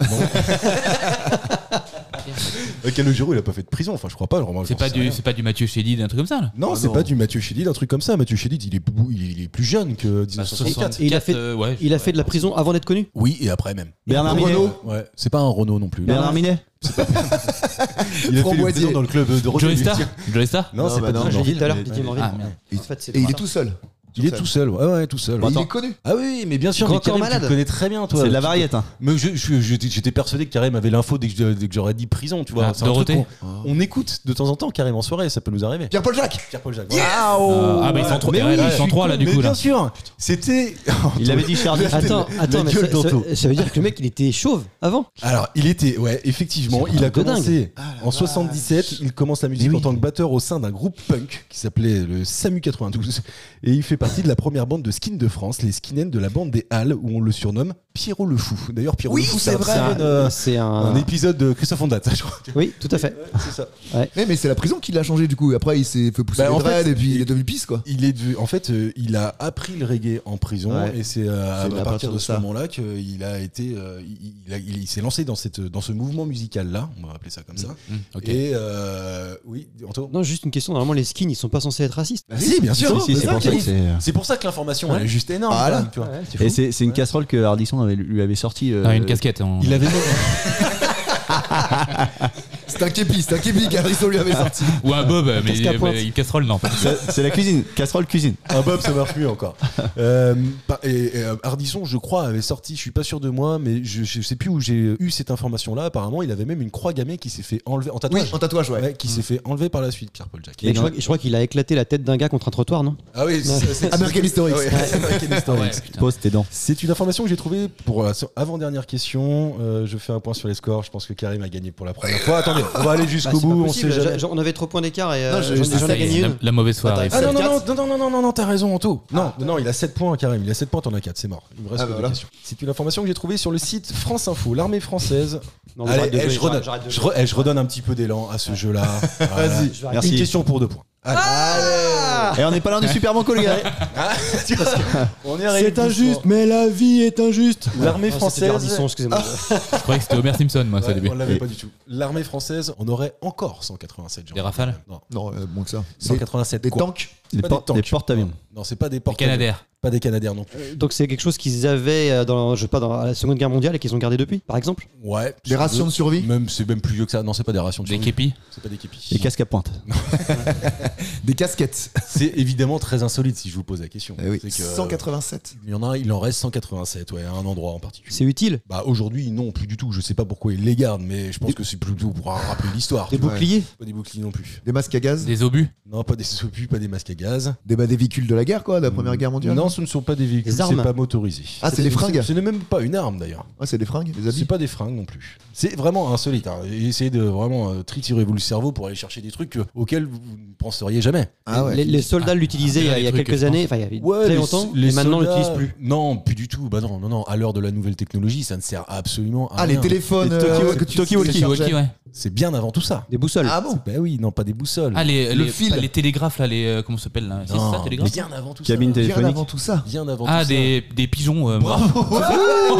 le il a pas fait de prison, enfin je crois pas. Romain, C'est j'en pas sais du, rien. c'est pas du Mathieu Chédid, un truc comme ça là Non, Ah c'est non. pas du Mathieu Chédid, un truc comme ça. Mathieu Chédid, il est, bou- il est plus jeune que Bah, 1964. Et il a 64, fait- euh, ouais, Il a fait de la prison avant d'être connu Oui, et après même. Bernard Minet. Renaud. euh, Ouais, c'est pas un Renault non plus. Bernard Minet. Il a fait le Framboisier. président dans le club de Roger Joey Star Joey Star Non, Non, c'est bah pas non, Didier Morville. J'ai dit j'ai tout à l'heure Mais- Didier Morville. Ah merde. En fait, c'est Et il pas est tout seul. Il est tout seul, ouais, ouais, tout seul. Mais Il Il- est connu. Ah oui, mais bien sûr, Grand mais Karim, corps tu malade. le connais très bien, toi. C'est de la variette. hein. Mais je- je- je- j'étais persuadé que Karim avait l'info dès que je- dès que j'aurais dit prison, tu vois. Ah, C'est un truc Dorothée. qu'on- on, écoute de temps en temps Karim en soirée, ça peut nous arriver. Pierre-Paul Jacques. Pierre-Paul Jacques. Ah ah, bah ils sont trois, Mais oui, ils je sont suis trois là con, du mais coup là. Bien sûr, c'était. Il avait dit Charlie. Attends, attends, mais ça, ça- ça veut dire que le mec il était chauve avant. Alors, il était, ouais, effectivement, C'est il un a peu commencé en 77. Il commence la musique en tant que batteur au sein d'un groupe punk qui s'appelait le SAMU 92. Et il fait partie de la première bande de skins de France, les skinheads de la bande des Halles, où on le surnomme Pierrot le Fou. D'ailleurs, Pierrot le Fou, c'est C'est un- un, euh, C'est un. un épisode de Christophe Ondat, ça, je crois. Oui, tout à fait. C'est ça. Mais, mais c'est la prison qui l'a changé du coup. Après, il s'est fait pousser Bah, les en dreads fait, et puis il il- est devenu pisse quoi. Il est devenu- en fait, euh, il a appris le reggae en prison Ouais. et c'est euh, à, C'est à partir, partir de, de ce ça. moment-là qu'il a été, euh, il, il a- il- il s'est lancé dans cette, dans ce mouvement musical là, on va appeler ça comme ça. Ok. Et euh, oui, Anto. Non, juste une question. Normalement, les skins ils sont pas censés être racistes. Bah si, bien sûr. Si, si, c'est pour ça que c'est. C'est pour ça que l'information elle est juste énorme. Ah là. quand même, tu vois. Et c'est c'est une casserole que Hardisson avait, lui avait sortie. euh, Ah, une casquette. on- Il avait C'est un képi, c'est un képi qu'Adrisson lui avait sorti. Ou un bob, mais casque à mais pointe. une casserole non. Ah, C'est c'est la cuisine, casserole cuisine. un bob, ça marche mieux encore. Euh, pa- et, et, euh, Ardisson, je crois, avait sorti, je suis pas sûr de moi, mais je, je sais plus où j'ai eu cette information-là. Apparemment, il avait même une croix gammée qui s'est fait enlever en Oui, tatouage. en tatouage, ouais. Ouais, qui s'est fait enlever par la suite, Pierre-Paul Jacques. Et je crois, je crois qu'il a éclaté la tête d'un gars contre un trottoir, non Bah, Ah oui, c'est- c'est- American History. Ouais, American History X. Pose tes dents. C'est une information que j'ai trouvée pour la so- avant-dernière question. Euh, je fais un point sur les scores. Je pense que Karim a gagné pour la première fois. Attendez, on va aller Bah, jusqu'au bout. On sait jamais. on avait trois points d'écart et euh, Non, je- j'en ai- j'en j'en ai ai Ça y est, gagné la, une. la mauvaise soirée. Attends, Ah non, non, 7-4. non, non, non, non, non, non, t'as raison, Anto. Non, non, il a 7 points, Karim. Il a 7 points, t'en as 4, c'est mort. Il me reste Ah, que bah deux voilà. questions. C'est une information que j'ai trouvée sur le site France Info, l'armée française. Non, Allez, j'arrête de eh, je, jouer, redonne, j'arrête de je, jouer. re- eh, je redonne un petit peu d'élan à ce jeu-là. Voilà. Je vais arrêter. Une Merci. question pour deux points. Et on n'est pas loin du Super Banco, les gars. On est arrivé doucement. mais la vie est injuste. L'armée Ah, c'était française- Ardisson, excusez-moi. Je croyais que c'était Homer Simpson, moi, ça, au Ouais, début. on l'avait pas du tout. L'armée française en aurait encore 187. genre. Des rafales Non, Non, euh, moins que ça. Des- 187 Des quoi. tanks Des, Pas por- des tanks. des porte-avions. non c'est pas des Des portes. Canadaires. Pas des Canadiens non plus. Donc c'est quelque chose qu'ils avaient euh, dans, je sais pas, dans la Seconde Guerre mondiale et qu'ils ont gardé depuis, par exemple. Ouais. Des rations de survie Même c'est même plus vieux que ça. Non, c'est pas des rations. de Des survie. képis C'est pas des képis. Des casques à pointe. Des casquettes C'est évidemment très insolite si je vous pose la question. Eh oui. C'est que, euh, 187 Il y en a, il en reste 187, ouais, à un endroit en particulier. C'est utile. Bah aujourd'hui non plus du tout. Je sais pas pourquoi ils les gardent, mais je pense que c'est plutôt pour rappeler l'histoire. Des tu vois. boucliers. Pas des boucliers non plus. Des masques à gaz Des, Des obus Non, pas des opus, pas des masques à gaz. bah, des véhicules de la guerre, quoi, de la Première Guerre mondiale Non, ce ne sont pas des véhicules. Des C'est armes. pas motorisé. Ah, c'est des fringues Ce n'est même pas une arme d'ailleurs. Ah, c'est des fringues, des habits C'est pas des fringues non plus. C'est vraiment insolite. hein. Essayez de vraiment euh, triturez-vous le cerveau pour aller chercher des trucs euh, auxquels vous ne penseriez jamais. Ah ouais. les, les soldats l'utilisaient il y a- il y a Des Ah, trucs, quelques je pense. années, enfin il y a très les- longtemps, les et maintenant on soldats- l'utilise plus. Non, plus du tout. Bah non, non, non. À l'heure de la nouvelle technologie, ça ne sert absolument à Ah, rien. les téléphones Les euh, talkie-walkie. que tu Walkie, hein, téléchargeais. walkie, ouais. C'est bien avant tout ça. Des boussoles. Ah bon Bah oui, non, pas des boussoles. Ah, les, Le les, fil. pas les télégraphes, là, les. euh, Comment ça s'appelle, là Si, Non, c'est ça, télégraphe bien avant tout Cabine ça. Bien téléphonique. avant tout ça Bien avant tout Ah, ça. des, des pigeons. euh, morts. Ah,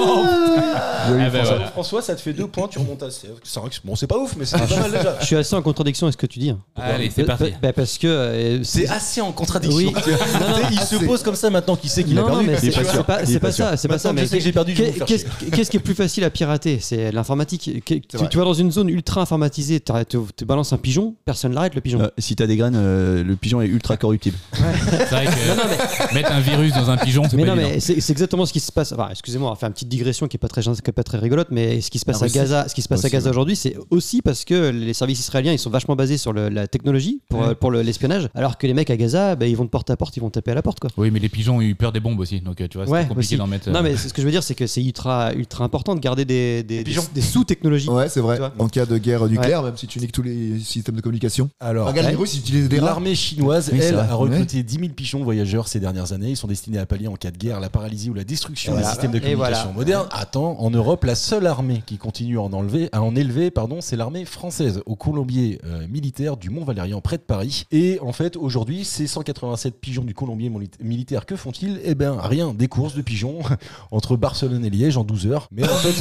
bah, voilà. François, ça te fait deux points, tu remontes à 5. Bon, c'est pas ouf, mais Ah, c'est pas mal déjà. Je suis assez en contradiction avec ce que tu dis. hein. Allez, c'est Bah- parti. bah, parce que euh, C'est assez en contradiction. Oui. Tu vois. il se pose comme ça maintenant qu'il sait qu'il a non, non, perdu. mais c'est Tu vois. c'est pas, c'est pas ça, c'est pas Maintenant ça. que je Mais sais que j'ai perdu, je vais vous faire qu'est-ce qu'est-ce qui est plus facile à pirater C'est l'informatique. Qu'est- Tu, vrai. tu vas dans une zone ultra informatisée, t'arrêtes- tu tu balances un pigeon, personne l'arrête le pigeon. Euh, si t'as des graines, euh, le pigeon est ultra corruptible. C'est vrai que mettre un virus dans un pigeon, c'est mais pas non, évident. mais c'est c'est exactement ce qui se passe. Enfin, excusez-moi, on va faire une petite digression qui est pas très, qui est pas très rigolote, mais ce qui se passe La à Russie. Gaza, ce qui se passe à Aussi, Gaza ouais. aujourd'hui, c'est aussi parce que les services israéliens ils sont vachement basés sur le- la technologie pour, euh, pour le- l'espionnage, alors que les mecs à Gaza, bah, ils vont de porte à porte, ils vont taper à la porte quoi. Oui, mais les pigeons ont eu peur des bombes aussi, donc euh, tu vois, c'est Ouais, compliqué aussi. d'en mettre. euh, Non mais c'est- ce que je veux dire c'est que c'est ultra ultra important de garder des, des, des, des sous-technologies. Ouais, c'est vrai. Tu vois. En cas de guerre nucléaire, même si tu niques tous les systèmes de communication. Alors, ben, Regarde, les elle- Russes ils utilisent des rames. L'armée chinoise, Oui, c'est elle, vrai. a recruté 10 000 pigeons voyageurs ces dernières années. Ils sont destinés à pallier en cas de guerre la paralysie ou la destruction Voilà. des systèmes de Et voilà. communication modernes. Attends, en Europe, la seule armée qui continue à en, enlever, à en élever, pardon, c'est l'armée française au colombier euh, militaire du Mont Valérien près de Paris. Et en fait, aujourd'hui, ces 187 pigeons du colombier moli- militaire, que font-ils Eh bien, rien, des courses de pigeons entre Barcelone et Liège en 12 heures. Mais en fait,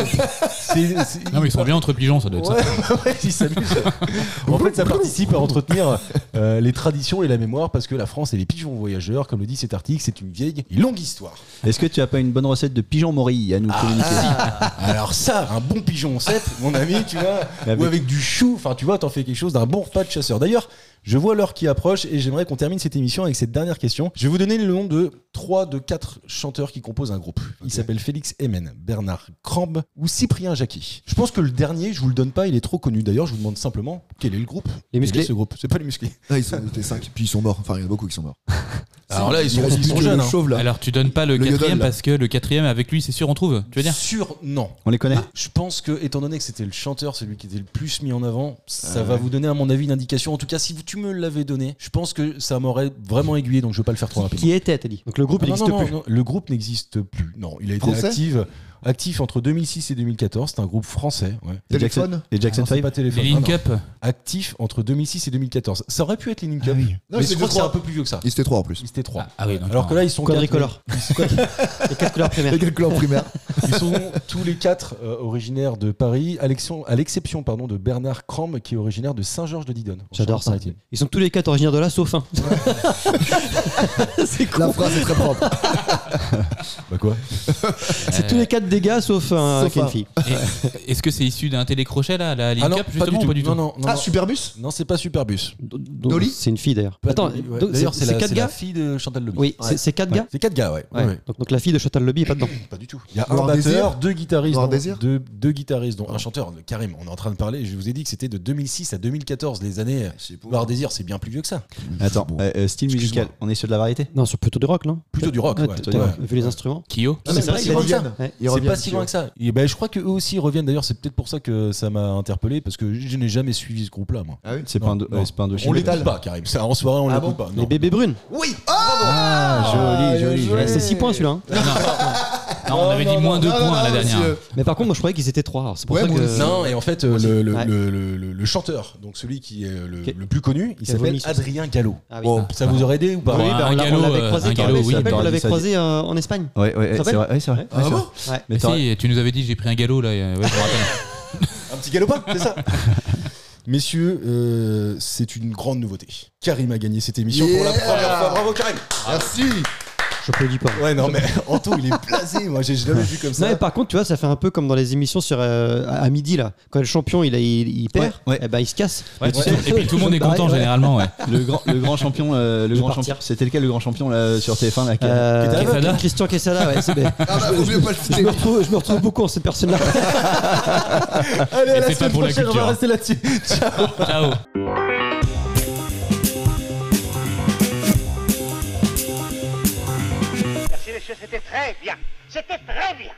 c'est. c'est- Non, mais ils sont bien entre pigeons, ça doit être ça. Ouais, ouais, ils s'amusent. en fait, ça participe à entretenir euh, les traditions et la mémoire parce que la France et les pigeons voyageurs, comme le dit cet article, c'est une vieille et longue histoire. Est-ce que tu as pas une bonne recette de pigeon morille à nous Ah, communiquer Alors ça, un bon pigeon en 7, mon ami, tu vois, Avec- ou avec du chou, enfin tu vois, t'en fais quelque chose d'un bon repas de chasseur. D'ailleurs, je vois l'heure qui approche et j'aimerais qu'on termine cette émission avec cette dernière question. Je vais vous donner le nom de 3 de 4 chanteurs qui composent un groupe. Ils s'appellent Félix Hemen, Bernard Crambe ou Cyprien Jacqui. Je pense que le dernier, je vous le donne pas, il est trop connu. D'ailleurs, je vous demande simplement quel est le groupe. Quel Musclés. est ce groupe, c'est pas les musclés. Ah, ils sont étaient 5, puis ils sont morts. Enfin, il y en a beaucoup qui sont morts. Alors là, ils Il sont, reste ils plus sont que jeunes. le hein. chauve là. Alors, tu donnes pas le, Le quatrième yodel, là. parce que le quatrième avec lui, c'est sûr, on trouve. Tu veux dire Sûr, non. On les connaît Je pense que, étant donné que c'était le chanteur, celui qui était le plus mis en avant, ça va vous donner, à mon avis, une indication. En tout cas, si vous- tu me l'avais donné, je pense que ça m'aurait vraiment aiguillé, donc je ne veux pas le faire trop rapidement. Qui était, t'as dit. Donc le groupe Ah, il non, non, n'existe non, plus. non, le groupe n'existe plus. Non, il a été Français actif, actif entre 2006 et 2014. C'est un groupe français. ouais. Les Téléphone Jackson, les Jackson Non, c'est 5 pas Les téléphone. Link Ah, non. Up Actif entre 2006 et 2014. Ça aurait pu être les Link Up. Non, mais c'est je crois deux, que c'est un trois. peu plus vieux que ça. Ils étaient 3 en plus. Ils étaient trois. Ah oui, donc, Alors que là, ils sont quatre, mais- Quadricolore. Les quatre couleurs primaires. Les calculs en primaire. Ils sont tous les quatre euh, originaires de Paris, à l'exception- à l'exception pardon de Bernard Cram qui est originaire de Saint-Georges-de-Didonne. en J'adore ça. Charente-Maritime. Ils sont tous les quatre originaires de là, sauf un. La phrase est très propre. Bah quoi C'est tous les quatre de dégâts sauf un Sauf un. Kenfi. Et- Euh, Est-ce que c'est issu d'un télécrochet là, la League Ah non, Cup pas justement du ou tout. pas du tout Non, non, non, Ah, non. Superbus Non, c'est pas Superbus. Donc, Dolly C'est une fille d'ailleurs. Pas Attends, Dolly, ouais. donc, D'ailleurs, c'est c'est c'est la, quatre c'est la gars fille de Chantal Lobby. Oui, c'est- c'est quatre gars C'est quatre gars, ouais. Ouais. Ouais. Donc, donc la fille de Chantal Lobby est pas dedans. Pas du tout. Il y a Noir un batteur, Désir deux guitaristes, Noir dont- Désir deux, deux guitaristes, dont un chanteur, le Karim. On est en train de parler. Je vous ai dit que c'était de 2006 à 2014, les années. Noir Désir, c'est bien plus vieux que ça. Attends, euh, euh, style Excuse-moi. musical, on est sur de la variété Non, c'est plutôt du rock, non Plutôt du rock. Ouais, ouais. t'as- Ouais. t'as Vu les instruments Kyo Ah, mais C'est c'est vrai vrai, il qu'ils a dit reviennent. Ouais. Ils C'est reviennent, pas si loin que ça. Et ben, je crois qu'eux aussi reviennent. D'ailleurs, c'est peut-être pour ça que ça m'a interpellé parce que je n'ai jamais suivi ce groupe-là, moi. Ah oui C'est Non, pas un do- non. ouais, c'est pas un On Indochine. l'écoute pas, Karim. Ça, en soirée, on Ah l'écoute bon pas. Les Non. bébés brunes. Oui Ah Ah, joli, joli, Ouais. Ouais, C'est 6 points celui-là. hein. Ah, Non, on avait dit moins deux Non, non, points à la non, dernière. monsieur. Mais par contre, moi je croyais qu'ils étaient 3. Alors c'est pour Ouais, ça moi que. aussi. Non, et en fait, euh, le, le- Ouais. le- le- le- le chanteur, donc celui qui est le, Qui- le plus connu, il qui a s'appelle vomi sur scène. Adrien Gallo. Ah oui. Bon, ça vous aurait aidé ou pas Oui, bah, un on l'a- on galop, l'avait euh, croisé, un quand galop, même, oui, tu te rappelles, on t'aurais l'avait dit ça, croisé euh, en Espagne. Ouais, ouais, Ça c'est va vrai, Ah ouais, c'est vrai. Ouais, c'est vrai. Ouais. Mais Mais t'aurais- si, tu nous avais dit j'ai pris un galop là. euh, ouais, je me rappelle. Un petit galopin, c'est ça Messieurs, euh, c'est une grande nouveauté. Karim a gagné cette émission pour la Yeah première fois. Bravo Karim Merci Je peux dire pas. Ouais, non, mais Anto, il est blasé. Moi, j'ai jamais vu comme Non, mais ça. par contre, tu vois, ça fait un peu comme dans les émissions sur euh, à à midi là, quand le champion il, a- il, il perd, Ouais, ouais. eh ben, il se casse. Ouais, tu sais, Et puis tout le monde est content Ouais, ouais. généralement. ouais. Le grand, le grand champion, euh, le Je vais grand partir. champion. C'était lequel le grand champion là sur TF1 là, qui- Euh, Qui était aveugle. Quesada Christian Quesada, ouais, c'est bien. Ah bah, vaut mieux pas le Je citer me, retrouve, je me retrouve beaucoup en cette personne-là. Allez, Et c'est pas pour la culture. là-dessus. Ciao. Merci messieurs, c'était très bien. C'était très bien.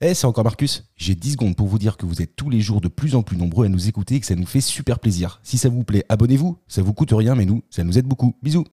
Eh, c'est encore Marcus. J'ai 10 secondes pour vous dire que vous êtes tous les jours de plus en plus nombreux à nous écouter et que ça nous fait super plaisir. Si ça vous plaît, abonnez-vous. Ça vous coûte rien, mais nous, ça nous aide beaucoup. Bisous.